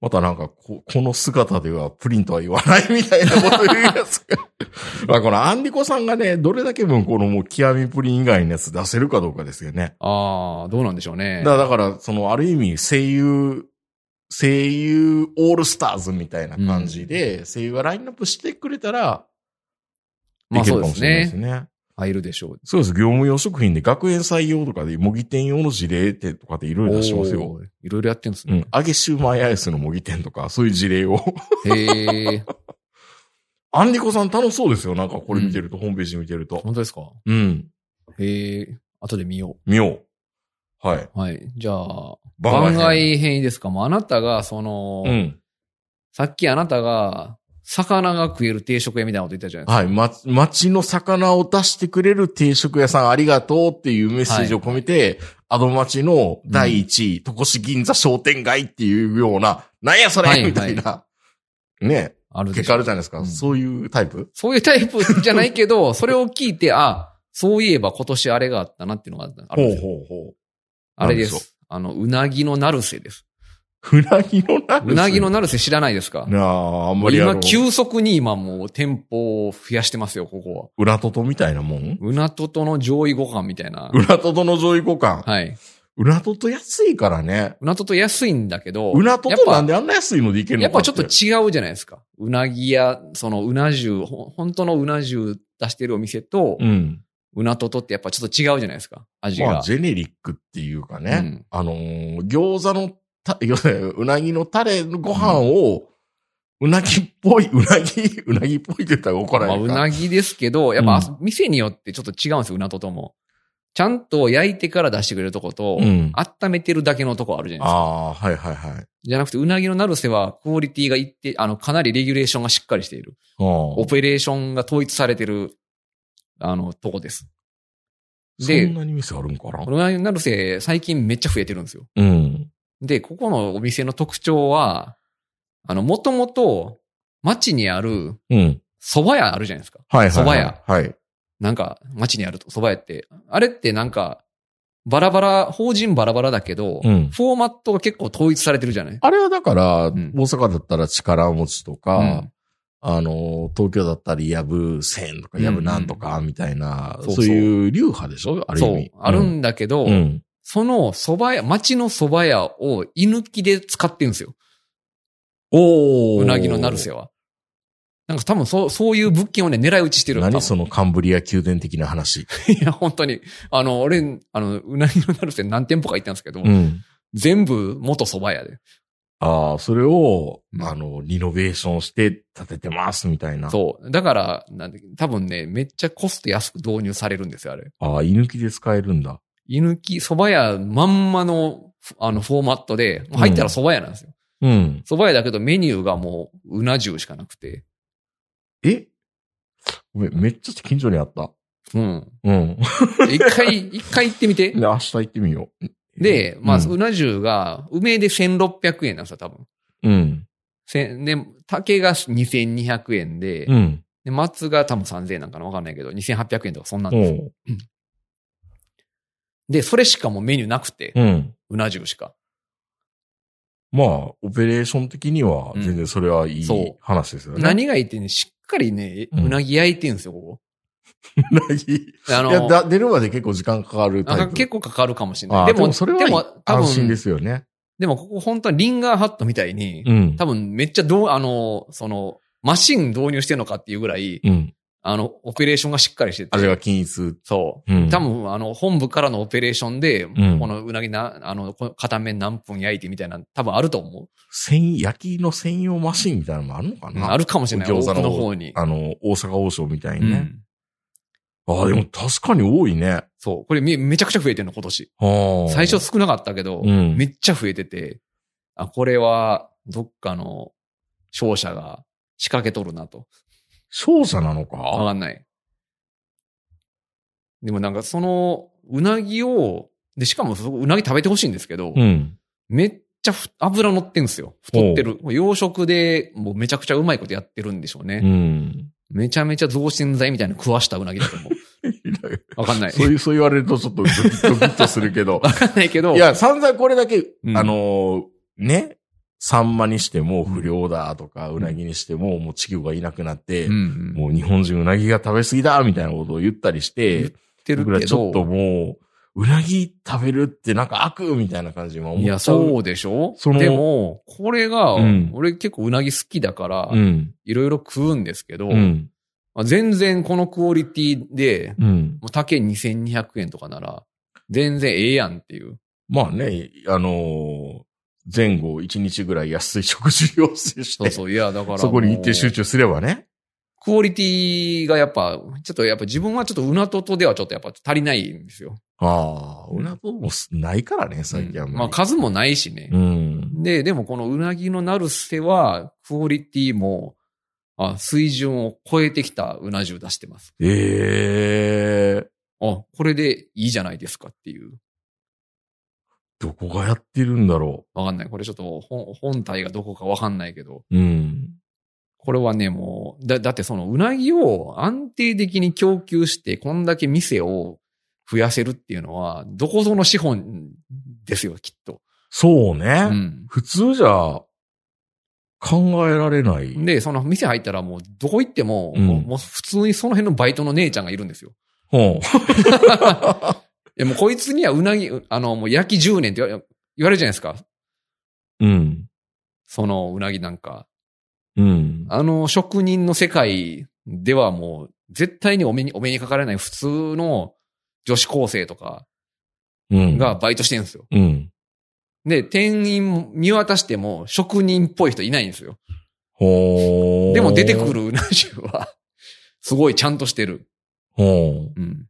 [SPEAKER 3] またなんかこ、この姿ではプリンとは言わないみたいなこと言うやつ が。まあこのアンディコさんがね、どれだけ分このもう極みプリン以外のやつ出せるかどうかですよね。
[SPEAKER 2] ああ、どうなんでしょうね。
[SPEAKER 3] だだから、その、ある意味、声優、声優オールスターズみたいな感じで、声優がラインナップしてくれたら、
[SPEAKER 2] ま
[SPEAKER 3] で
[SPEAKER 2] あ
[SPEAKER 3] き
[SPEAKER 2] そ
[SPEAKER 3] る
[SPEAKER 2] う
[SPEAKER 3] か
[SPEAKER 2] で
[SPEAKER 3] も
[SPEAKER 2] す
[SPEAKER 3] しれないで
[SPEAKER 2] ね
[SPEAKER 3] す。ね。
[SPEAKER 2] 入るでしょう。
[SPEAKER 3] そうです。業務用食品で学園採用とかで、模擬店用の事例ってとかでいろいろ出してますよ。
[SPEAKER 2] おーいろいろやってるんです
[SPEAKER 3] う
[SPEAKER 2] ね。
[SPEAKER 3] ん。揚げシューマイアイスの模擬店とか、そういう事例を。
[SPEAKER 2] へえ、
[SPEAKER 3] アンディコさん楽しそうですよ。なんかこれ見てると、ホームページ見てると。
[SPEAKER 2] 本当ですか
[SPEAKER 3] うん。
[SPEAKER 2] へえ、後で見よ
[SPEAKER 3] 見よう。はい。
[SPEAKER 2] う。はい。じゃあ、
[SPEAKER 3] 編
[SPEAKER 2] 番外編ですかもうあなたが、その、
[SPEAKER 3] うん。
[SPEAKER 2] さっきあなたが、魚が食える定食屋みたいなこと言ったじゃないですか。
[SPEAKER 3] はい。ま、町の魚を出してくれる定食屋さんありがとうっていうメッセージを込めて、アド町の第一位、戸越銀座商店街っていうような、なんやそれ、
[SPEAKER 2] はい
[SPEAKER 3] みたいな、ね、
[SPEAKER 2] あるで
[SPEAKER 3] 結
[SPEAKER 2] しょ
[SPEAKER 3] 果あるじゃないですか。
[SPEAKER 2] うん
[SPEAKER 3] そういうタイプ
[SPEAKER 2] そういうタイプじゃないけど、 それを聞いて、あ、そういえば今年あれがあったなっていうのがあったあるんですよ
[SPEAKER 3] ほうほう。
[SPEAKER 2] あれで
[SPEAKER 3] なんでし
[SPEAKER 2] す。あの、うなぎの成瀬です。
[SPEAKER 3] うなぎのな
[SPEAKER 2] うなぎの成瀬知らないですか
[SPEAKER 3] なあ、あんまりあ
[SPEAKER 2] 今、
[SPEAKER 3] の、
[SPEAKER 2] 急速に今もう店舗を増やしてますよ、ここは。
[SPEAKER 3] 裏ととみたいなもん
[SPEAKER 2] うなととの上位互換みたいな。
[SPEAKER 3] 裏ととの上位互換。
[SPEAKER 2] はい。
[SPEAKER 3] 裏とと安いからね。
[SPEAKER 2] うなとと安いんだけど、
[SPEAKER 3] 裏と
[SPEAKER 2] やっ
[SPEAKER 3] と
[SPEAKER 2] ぱ
[SPEAKER 3] なんであんな安いのでいけるの
[SPEAKER 2] やっ
[SPEAKER 3] か
[SPEAKER 2] ぱちょっと
[SPEAKER 3] て
[SPEAKER 2] 違うじゃないですか。うなぎや、そのうな重、ほ本当のうな重出してるお店と、
[SPEAKER 3] うん。
[SPEAKER 2] うなととってやっぱちょっと違うじゃないですか。味が。
[SPEAKER 3] まあ、ジェネリックっていうかね、
[SPEAKER 2] うん
[SPEAKER 3] あのー餃子のた、 要するにうなぎのタレのご飯を、うなぎっぽい、うなぎ、 うなぎっぽいって言ったら怒ら
[SPEAKER 2] まあ、
[SPEAKER 3] れ
[SPEAKER 2] う
[SPEAKER 3] るか。
[SPEAKER 2] なぎですけど、やっぱ、店によってちょっと違うんですよ、うなととも。ちゃんと焼いてから出してくれるとこと、
[SPEAKER 3] うん。
[SPEAKER 2] 温めてるだけのとこあるじゃないですか。
[SPEAKER 3] ああー、はいはいはい。
[SPEAKER 2] じゃなくて、うなぎのなるせは、クオリティがいって、あの、かなりレギュレーションがしっかりしている。オ
[SPEAKER 3] は
[SPEAKER 2] ペレーションが統一されてる、あの、とこです。
[SPEAKER 3] あ、
[SPEAKER 2] で
[SPEAKER 3] そんなに店あるんかな
[SPEAKER 2] うなぎのなるせ、最近めっちゃ増えてるんですよ。
[SPEAKER 3] うん。
[SPEAKER 2] で、ここのお店の特徴は、あの、もともと、町にある、
[SPEAKER 3] うん。
[SPEAKER 2] 蕎麦屋あるじゃないですか。
[SPEAKER 3] はいはい、はい。
[SPEAKER 2] 蕎麦屋。
[SPEAKER 3] はい。
[SPEAKER 2] なんか、町にあると、蕎麦屋って。あれってなんか、バラバラ、法人バラバラだけど、
[SPEAKER 3] うん
[SPEAKER 2] フォーマットが結構統一されてるじゃない
[SPEAKER 3] あれはだから、
[SPEAKER 2] ん
[SPEAKER 3] 大阪だったら力持ちとか、
[SPEAKER 2] うん
[SPEAKER 3] あのー、東京だったらやぶ千とかやぶなんとかみたいな、
[SPEAKER 2] うんうん
[SPEAKER 3] そういう流派でしょある意
[SPEAKER 2] そう
[SPEAKER 3] 味。。
[SPEAKER 2] あるんだけど、
[SPEAKER 3] うん。
[SPEAKER 2] その蕎麦屋、町の蕎麦屋を居抜きで使ってるんですよ。
[SPEAKER 3] お
[SPEAKER 2] うなぎの成瀬は。なんか多分そう、そういう物件をね、狙い撃ちしてる多分
[SPEAKER 3] 何そのカンブリア宮殿的な話。
[SPEAKER 2] いや、本当に。あの、俺、あの、うなぎの成瀬何店舗か行ったんですけど、
[SPEAKER 3] ん。
[SPEAKER 2] 全部元蕎麦屋で。
[SPEAKER 3] ああ、それを、
[SPEAKER 2] うん
[SPEAKER 3] あの、リノベーションして建ててますみたいな。う。
[SPEAKER 2] そう。だから、なんで、多分ね、めっちゃコスト安く導入されるんですよ、あれ。
[SPEAKER 3] ああ、居抜きで使えるんだ。
[SPEAKER 2] 居抜き、蕎麦屋まんまの、ふあの、フォーマットで、
[SPEAKER 3] ん
[SPEAKER 2] 入ったら蕎麦屋なんですよ。
[SPEAKER 3] うん。
[SPEAKER 2] 蕎麦屋だけどメニューがもう、うな重しかなくて。
[SPEAKER 3] えごめん、めっちゃ近所にあった。
[SPEAKER 2] うん。
[SPEAKER 3] うん。
[SPEAKER 2] 一回、 一回行ってみて
[SPEAKER 3] で、。明日行ってみよう。
[SPEAKER 2] で、まあ、
[SPEAKER 3] うん
[SPEAKER 2] うな重が、梅で1600円なんですよ、多分。
[SPEAKER 3] うん。
[SPEAKER 2] せんで、竹が2200円で、
[SPEAKER 3] うん。
[SPEAKER 2] で松が多分3000円なんかなわかんないけど、2800円とかそんなん
[SPEAKER 3] う
[SPEAKER 2] ですよ。
[SPEAKER 3] ん。
[SPEAKER 2] で、それしかもうメニューなくて、
[SPEAKER 3] うん。
[SPEAKER 2] うな重しか。
[SPEAKER 3] まあ、オペレーション的には、全然それはいい
[SPEAKER 2] そう
[SPEAKER 3] 話ですよね。
[SPEAKER 2] 何がいいってね、しっかりね、
[SPEAKER 3] うん
[SPEAKER 2] うなぎ焼いてんですよ、こ
[SPEAKER 3] う なぎい
[SPEAKER 2] こ。あ
[SPEAKER 3] や
[SPEAKER 2] の、
[SPEAKER 3] だ、出るまで結構時間かかるタ
[SPEAKER 2] なん
[SPEAKER 3] イ
[SPEAKER 2] か
[SPEAKER 3] プ。
[SPEAKER 2] 結構かかるかもしれ
[SPEAKER 3] あ
[SPEAKER 2] な
[SPEAKER 3] ー
[SPEAKER 2] い。
[SPEAKER 3] でもそれは
[SPEAKER 2] でも多
[SPEAKER 3] 安心で
[SPEAKER 2] 分、
[SPEAKER 3] すよね。
[SPEAKER 2] でもここ本当はリンガーハットみたいに、
[SPEAKER 3] うん。
[SPEAKER 2] 多分めっちゃどう、あの、その、マシン導入してんのかっていうぐらい、
[SPEAKER 3] うん。
[SPEAKER 2] あの、オペレーションがしっかりしてて。
[SPEAKER 3] 味が均一。
[SPEAKER 2] そう。
[SPEAKER 3] うん。
[SPEAKER 2] 多分、あの、本部からのオペレーションで、
[SPEAKER 3] ん
[SPEAKER 2] このうなぎな、あの、この片面何分焼いてみたいな、多分あると思う。
[SPEAKER 3] 専、焼きの専用マシンみたいなのもあるのか
[SPEAKER 2] うん
[SPEAKER 3] な
[SPEAKER 2] あるかもしれない。
[SPEAKER 3] 餃子の
[SPEAKER 2] 奥の方に。
[SPEAKER 3] あの、大阪王将みたいうにね。
[SPEAKER 2] ん。
[SPEAKER 3] ああ、でも確かに多いね。
[SPEAKER 2] そう。これめめちゃくちゃ増えてるの、今年。
[SPEAKER 3] ああ。
[SPEAKER 2] 最初少なかったけど、
[SPEAKER 3] うん
[SPEAKER 2] めっちゃ増えてて、あ、これは、どっかの商社が仕掛けとるなと。
[SPEAKER 3] 勝者なの
[SPEAKER 2] わ
[SPEAKER 3] か
[SPEAKER 2] かんない。でもなんかその、うなぎを、で、しかもそこうなぎ食べてほしいんですけど、
[SPEAKER 3] うん。
[SPEAKER 2] めっちゃふ油乗ってんすよ。太ってる。もう養殖でもうめちゃくちゃうまいことやってるんでしょう
[SPEAKER 3] う
[SPEAKER 2] ね。
[SPEAKER 3] ん。
[SPEAKER 2] めちゃめちゃ増進剤みたいなの食わしたうなぎだと思う。わかんない。
[SPEAKER 3] そういう、そう言われるとちょっとドキッドキッとするけど。
[SPEAKER 2] わかんないけど。
[SPEAKER 3] いや、散々これだけ、
[SPEAKER 2] うん
[SPEAKER 3] あのーね、サンマにしても不良だとか、うなぎにしてももう地球がいなくなって、
[SPEAKER 2] うんうん、
[SPEAKER 3] もう日本人うなぎが食べ過ぎだみたいなことを言ったりして、
[SPEAKER 2] 言ってる
[SPEAKER 3] 僕ら
[SPEAKER 2] け
[SPEAKER 3] ちょっと
[SPEAKER 2] ど。
[SPEAKER 3] もう、うなぎ食べるってなんか悪みたいな感じも思っ
[SPEAKER 2] い
[SPEAKER 3] ちゃう。
[SPEAKER 2] や、そうでしょ
[SPEAKER 3] その
[SPEAKER 2] でも、これが、
[SPEAKER 3] うん
[SPEAKER 2] 俺結構うなぎ好きだから、
[SPEAKER 3] うん。
[SPEAKER 2] いろいろ食うんですけど、
[SPEAKER 3] うん。
[SPEAKER 2] まあ全然このクオリティで、
[SPEAKER 3] うん。
[SPEAKER 2] もう竹2200円とかなら、全然ええやんっていう。
[SPEAKER 3] まあね、あのー前後1日ぐらい安い食事をして、
[SPEAKER 2] そうそう。いや、だから。
[SPEAKER 3] そこに一定集中すればね。
[SPEAKER 2] クオリティがやっぱ、ちょっとやっぱ自分はちょっとうなととではちょっとやっぱ足りないんですよ。
[SPEAKER 3] ああ、うな丼もすないからね、最近は
[SPEAKER 2] うんまあ数もないしね
[SPEAKER 3] う。ん。
[SPEAKER 2] で、でもこのうなぎのなるせは、クオリティも、あ水準を超えてきたうな重出してます。
[SPEAKER 3] ええ
[SPEAKER 2] あ、これでいいじゃないですかっていう。
[SPEAKER 3] どこがやってるんだろ
[SPEAKER 2] わかんない。これちょっと本本体がどこかわかんないけど。
[SPEAKER 3] う。うん。
[SPEAKER 2] これはね、もう、だ、だってそのうなぎを安定的に供給して、こんだけ店を増やせるっていうのは、どこぞの資本ですよ、きっと。
[SPEAKER 3] そうね。
[SPEAKER 2] うん。
[SPEAKER 3] 普通じゃ、考えられない。
[SPEAKER 2] で、その店入ったらもう、どこ行っても、
[SPEAKER 3] うん
[SPEAKER 2] もうもう普通にその辺のバイトの姉ちゃんがいるんですよ。
[SPEAKER 3] うん。
[SPEAKER 2] いや、もうこいつにはうなぎ、あの、もう焼き10年って言わ言われるじゃないですか。
[SPEAKER 3] うん。
[SPEAKER 2] そのうなぎなんか。
[SPEAKER 3] うん。
[SPEAKER 2] あの、職人の世界ではもう、絶対にお目に、お目にかかれない普通の女子高生とか
[SPEAKER 3] うん。
[SPEAKER 2] が、バイトしてるんですよ。
[SPEAKER 3] うん。
[SPEAKER 2] で、店員見渡しても職人っぽい人いないんですよ。
[SPEAKER 3] ほー
[SPEAKER 2] でも出てく。るうな重は、 すごいちゃんとしてる。
[SPEAKER 3] ほ
[SPEAKER 2] うん。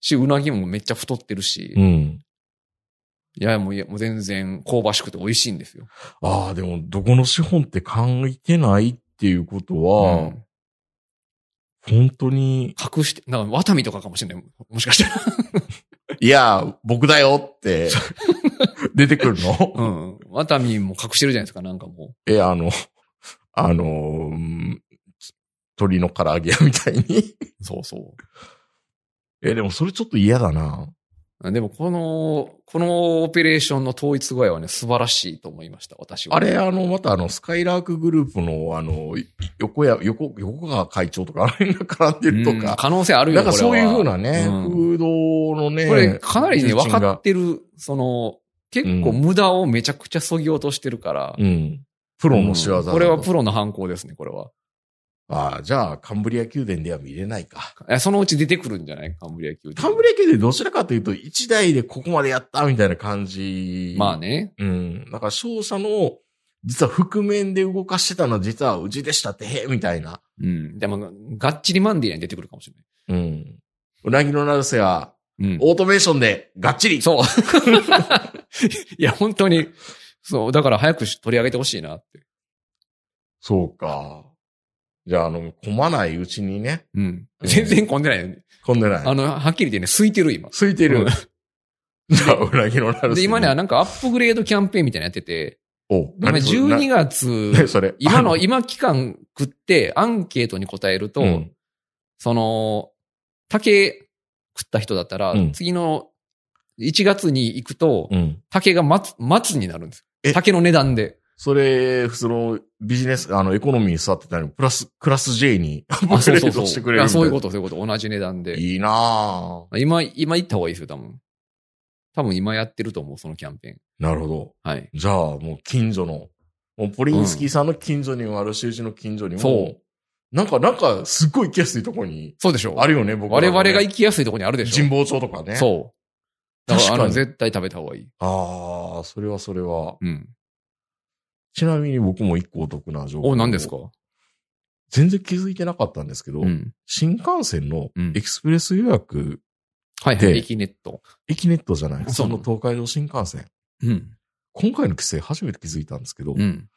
[SPEAKER 2] し、うなぎもめっちゃ太ってるし、
[SPEAKER 3] う。う
[SPEAKER 2] い
[SPEAKER 3] ん。
[SPEAKER 2] や、もういや、もう全然香ばしくて美味しいんですよ。
[SPEAKER 3] ああ、でも、どこの資本って考えてないっていうことは、
[SPEAKER 2] うん
[SPEAKER 3] 本当に、
[SPEAKER 2] 隠して、なんか、ワタミとかかもしれない。もしかしたら。
[SPEAKER 3] いや、僕だよって、 出てくるの、
[SPEAKER 2] うん。ワタミも隠してるじゃないですか、なんかも
[SPEAKER 3] え、あの、 あの、うん鶏の唐揚げ屋みたいに。
[SPEAKER 2] う。そうそ
[SPEAKER 3] え、でもそれちょっと嫌だな。
[SPEAKER 2] う。でも、この、このオペレーションの統一具合はね、素晴らしいと思いました、私は。
[SPEAKER 3] あれ、あの、またあの、スカイラークグループの、あの、い横や、横、横川会長とか、あれが絡んで
[SPEAKER 2] うん
[SPEAKER 3] るとか、
[SPEAKER 2] 可能性あるよ
[SPEAKER 3] なんかそういう風なね、
[SPEAKER 2] うん
[SPEAKER 3] 風土のね、
[SPEAKER 2] これかなりね、
[SPEAKER 3] 重
[SPEAKER 2] 分
[SPEAKER 3] 鎮が
[SPEAKER 2] かってる、その、結構無駄をめちゃくちゃ削ぎ落としてるから。
[SPEAKER 3] うん。プロの仕業だ
[SPEAKER 2] う
[SPEAKER 3] と
[SPEAKER 2] んこれはプロの犯行ですね、これは。
[SPEAKER 3] ああ、じゃあ、カンブリア宮殿では見れないか。
[SPEAKER 2] いやそのうち出てくるんじゃないカンブリア宮殿。
[SPEAKER 3] カンブリア宮殿どちらかというと、一台でここまでやったみたいな感じ。
[SPEAKER 2] まあ。ね。
[SPEAKER 3] うん。だから、勝者の、実は覆面で動かしてたのは実はうちでしたって、へえみたいな。
[SPEAKER 2] うん。でも、がっちりマンディアに出てくるかもしれない。
[SPEAKER 3] うん。うなぎのなるせは、
[SPEAKER 2] うん。
[SPEAKER 3] オートメーションで、がっちり。
[SPEAKER 2] そう。 いや、本当に、そう、だから早く取り上げてほしいなって。
[SPEAKER 3] そうか。じゃあ、あの、混まないうちにね、
[SPEAKER 2] うん。
[SPEAKER 3] うん
[SPEAKER 2] 全然混んでないよね。
[SPEAKER 3] 混んでない。
[SPEAKER 2] あの、はっきり言ってね、空いてる今。
[SPEAKER 3] 空いてる。 じゃあ、裏切りのなる
[SPEAKER 2] で、今ね、なんかアップグレードキャンペーンみたいなのやってて、
[SPEAKER 3] お、
[SPEAKER 2] 今
[SPEAKER 3] 何それ
[SPEAKER 2] 12
[SPEAKER 3] な何
[SPEAKER 2] 月、
[SPEAKER 3] それ。
[SPEAKER 2] 今
[SPEAKER 3] あ
[SPEAKER 2] の、今期間食ってアンケートに答えると、
[SPEAKER 3] うん
[SPEAKER 2] その、竹食った人だったら、
[SPEAKER 3] うん
[SPEAKER 2] 次の1月に行くと、
[SPEAKER 3] うん。
[SPEAKER 2] 竹が松、松になるんです
[SPEAKER 3] え
[SPEAKER 2] よ。竹の値段で。
[SPEAKER 3] それ、普通のビジネス、あの、エコノミーに座ってたのに、プラス、クラス J にアッ
[SPEAKER 2] あ、
[SPEAKER 3] プグ
[SPEAKER 2] そう
[SPEAKER 3] レ
[SPEAKER 2] そ
[SPEAKER 3] ー
[SPEAKER 2] うそ
[SPEAKER 3] ド
[SPEAKER 2] う。
[SPEAKER 3] してくれる。
[SPEAKER 2] いやそういうことと、そういうこと。同じ値段で。
[SPEAKER 3] いいなぁ。
[SPEAKER 2] 今、今行った方がいいですよ、多分。多分今やってると思う、そのキャンペーン。
[SPEAKER 3] なるほど。
[SPEAKER 2] はい。
[SPEAKER 3] じゃあ、もう近所の、もうポリンスキーさんの近所にもあるし、うちの近所にも、
[SPEAKER 2] そう
[SPEAKER 3] なんか、なんか、すっごい行きやすいとこに、
[SPEAKER 2] そうでしょう。
[SPEAKER 3] あるよね、僕ら
[SPEAKER 2] 我
[SPEAKER 3] のね
[SPEAKER 2] 々が行きやすいところにあるでしょ。
[SPEAKER 3] 神保町とかね。う。
[SPEAKER 2] そう。だから、あ
[SPEAKER 3] 確か
[SPEAKER 2] の、
[SPEAKER 3] に
[SPEAKER 2] 絶対食べた方がいい。
[SPEAKER 3] ああ、それはそれは。
[SPEAKER 2] うん。
[SPEAKER 3] ちなみに僕も一個お得な情報。
[SPEAKER 2] お、何ですか
[SPEAKER 3] 全然気づいてなかったんですけど、
[SPEAKER 2] うん。
[SPEAKER 3] 新幹線の
[SPEAKER 2] うん
[SPEAKER 3] エクスプレス予約、
[SPEAKER 2] はいは
[SPEAKER 3] で
[SPEAKER 2] い。駅ネット。
[SPEAKER 3] 駅ネットじゃない、
[SPEAKER 2] そ
[SPEAKER 3] そうの東海道新幹線。
[SPEAKER 2] うん。
[SPEAKER 3] 今回の規制初めて気づいたんですけど、
[SPEAKER 2] うん。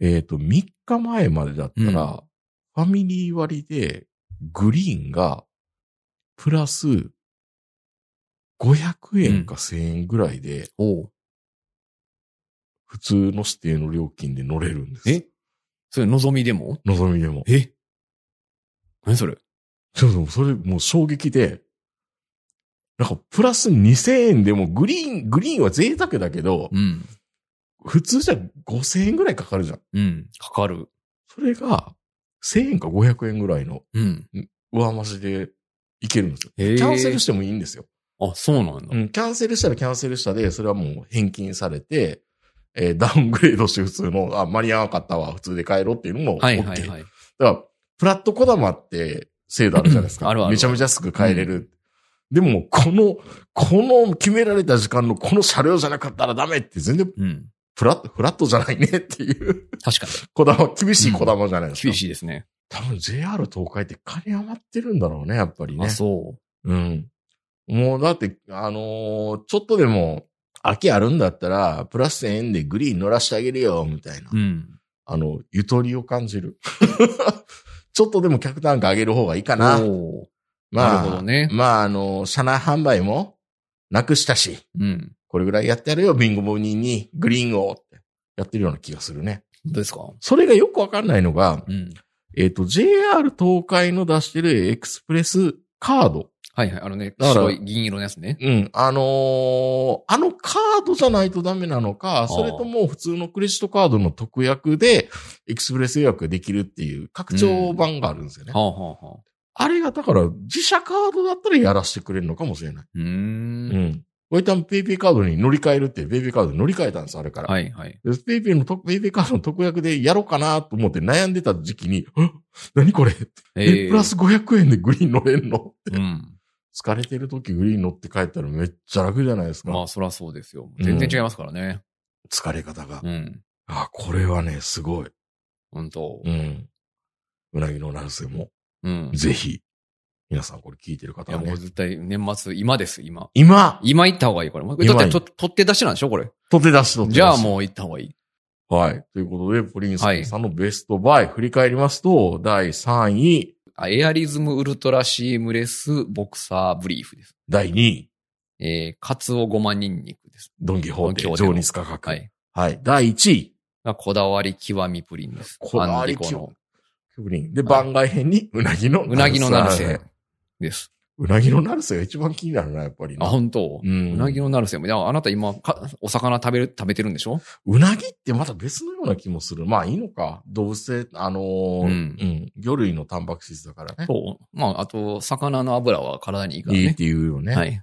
[SPEAKER 3] えっ、と、3日前までだったら、ファミリー割で、グリーンが、プラス、500円か1000円ぐらいで、
[SPEAKER 2] おう
[SPEAKER 3] 普通の指定の料金で乗れるんです。
[SPEAKER 2] えそれ、望みでも
[SPEAKER 3] のぞみでも。
[SPEAKER 2] え何それ
[SPEAKER 3] ちょっとそれもう衝撃で、なんかプラス2000円でもグリーン、グリーンは贅沢だけど、
[SPEAKER 2] うん。
[SPEAKER 3] 普通じゃ5000円ぐらいかかるじゃん。
[SPEAKER 2] うん。かかる。
[SPEAKER 3] それが、1000円か500円ぐらいの
[SPEAKER 2] うん。
[SPEAKER 3] 上増しでいけるんですよ。
[SPEAKER 2] へえ
[SPEAKER 3] キャンセルしてもいいんですよ。
[SPEAKER 2] あ、そうなんだ
[SPEAKER 3] う。ん、キャンセルしたらキャンセルしたで、それはもう返金されて、えーダウングレードして普通の、あ、間に合わなかったわ、普通で帰ろうっていうのも OK。
[SPEAKER 2] はいはいはい。
[SPEAKER 3] だから、プラットこだまって制度あるじゃないですか。
[SPEAKER 2] あるある
[SPEAKER 3] めちゃめちゃすぐ帰れる。でも、この、この決められた時間のこの車両じゃなかったらダメって全然
[SPEAKER 2] うん。
[SPEAKER 3] フラット、フラットじゃないねっていう、
[SPEAKER 2] 確かに。
[SPEAKER 3] こだま、厳しいこだまじゃないですか。
[SPEAKER 2] 厳しいですね。
[SPEAKER 3] 多分 JR 東海って金余ってるんだろうね、やっぱりね
[SPEAKER 2] あ、。そう。
[SPEAKER 3] うん。もうだって、あのーちょっとでも、空きあるんだったら、プラス1000円でグリーン乗らしてあげるよ、みたいな。
[SPEAKER 2] うん。
[SPEAKER 3] あの、ゆとりを感じる。 ちょっとでも客単価上げる方がいいかな。
[SPEAKER 2] おう
[SPEAKER 3] まあ、
[SPEAKER 2] なるほどね
[SPEAKER 3] まあ、あの、車内販売もなくしたし、
[SPEAKER 2] うん。
[SPEAKER 3] これぐらいやってやるよ、ビンゴボニーに、グリーンをってやってるような気がするね。
[SPEAKER 2] どうですか
[SPEAKER 3] それがよくわかんないのが、
[SPEAKER 2] うん。
[SPEAKER 3] えっ、と、JR 東海の出してるエクスプレスカード。
[SPEAKER 2] はいはい。あのね、
[SPEAKER 3] だから
[SPEAKER 2] 白い銀色のやつね。
[SPEAKER 3] うん、あのーあのカードじゃないとダメなのか、それとも普通のクレジットカードの特約で、エクスプレス予約ができるっていう拡張版があるんですよね。
[SPEAKER 2] はあはあはあ。
[SPEAKER 3] あれがだから、自社カードだったらやらせてくれるのかもしれない。
[SPEAKER 2] うー。
[SPEAKER 3] うんん。こういったペイペイカードに乗り換えるって、ペイペイカードに乗り換えたんです、あれから。
[SPEAKER 2] はいはい。
[SPEAKER 3] でペイペイのと、ペイペイカードの特約でやろうかなと思って悩んでた時期に、あ何これえプラス500円でグリーン乗れんの
[SPEAKER 2] うん。
[SPEAKER 3] 疲れてる時グリーン乗って帰ったらめっちゃ楽じゃないですか。
[SPEAKER 2] まあ、そらそうですよ。全然違いますからね。
[SPEAKER 3] 疲れ方が。
[SPEAKER 2] うん。
[SPEAKER 3] あ、これはね、すごい。
[SPEAKER 2] 本当
[SPEAKER 3] う。ん。うなぎのナせも、
[SPEAKER 2] うん。い
[SPEAKER 3] ぜひ、皆さんこれ聞いてる方
[SPEAKER 2] や、
[SPEAKER 3] は
[SPEAKER 2] も
[SPEAKER 3] ね
[SPEAKER 2] う。絶対年末、今です、今。
[SPEAKER 3] 今、
[SPEAKER 2] 今行った方がいい、これ。だってと、取って出しなんでしょ、これ。
[SPEAKER 3] とて出しとって出し
[SPEAKER 2] じゃあもう行った方がいい。
[SPEAKER 3] はい。ということで、ポリンスキーさんのベストバイ、振り返りますと、第3位、
[SPEAKER 2] あエアリズムウルトラシームレスボクサーブリーフです。
[SPEAKER 3] 第2位、
[SPEAKER 2] えー、カツオゴマニンニクです。
[SPEAKER 3] ドンキホ
[SPEAKER 2] ド
[SPEAKER 3] ーテ、
[SPEAKER 2] ンキホーテ
[SPEAKER 3] 情熱価格。
[SPEAKER 2] は
[SPEAKER 3] はい。
[SPEAKER 2] い。
[SPEAKER 3] 第1位、
[SPEAKER 2] がこだわり極みプリンです。
[SPEAKER 3] こだわり
[SPEAKER 2] アンディコの
[SPEAKER 3] プリン。で、
[SPEAKER 2] はい
[SPEAKER 3] 番外編に、うなぎの、
[SPEAKER 2] うなぎのナルセ
[SPEAKER 3] はい
[SPEAKER 2] です。
[SPEAKER 3] うなぎのナルセが一番気になるな、やっぱり
[SPEAKER 2] あ、
[SPEAKER 3] な。
[SPEAKER 2] 本当。
[SPEAKER 3] うん
[SPEAKER 2] うなぎのナルセも。いや、あなた今、かお魚食べる、食べてるんでしょ
[SPEAKER 3] うなぎってまた別のような気もする。まあいいのか。動物性、あのー
[SPEAKER 2] うん
[SPEAKER 3] うん魚類のタンパク質だからね。
[SPEAKER 2] そう。まあ、あと、魚の油は体にいいから
[SPEAKER 3] いいっ
[SPEAKER 2] ね。
[SPEAKER 3] ていうよね。
[SPEAKER 2] はい。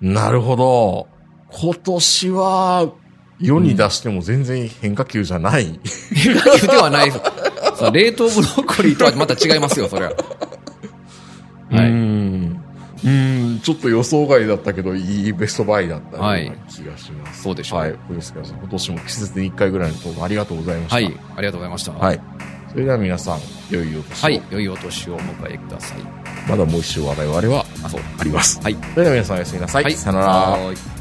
[SPEAKER 3] なるほど。今年は、世に出しても全然変化球じゃない。
[SPEAKER 2] 変化球ではないです。その冷凍ブロッコリーとはまた違いますよ、それは。は
[SPEAKER 3] うー
[SPEAKER 2] い。
[SPEAKER 3] ん。うーん、ちょっと予想外だったけど、いいベストバイだったような気がします。
[SPEAKER 2] そうでしょう。
[SPEAKER 3] は。
[SPEAKER 2] はいい。
[SPEAKER 3] 小西川さん、今年も季節に1回ぐらいの投稿ありがとうございました。
[SPEAKER 2] はい。ありがとうございました。
[SPEAKER 3] はい。それでは皆さん、良いお年を。
[SPEAKER 2] はい。良いお年をお迎えください。
[SPEAKER 3] まだもう一周我々は
[SPEAKER 2] あ、そう。
[SPEAKER 3] あります。
[SPEAKER 2] はい。
[SPEAKER 3] それでは皆さんおやすみなさい。
[SPEAKER 2] はい。
[SPEAKER 3] さよなら。
[SPEAKER 2] はい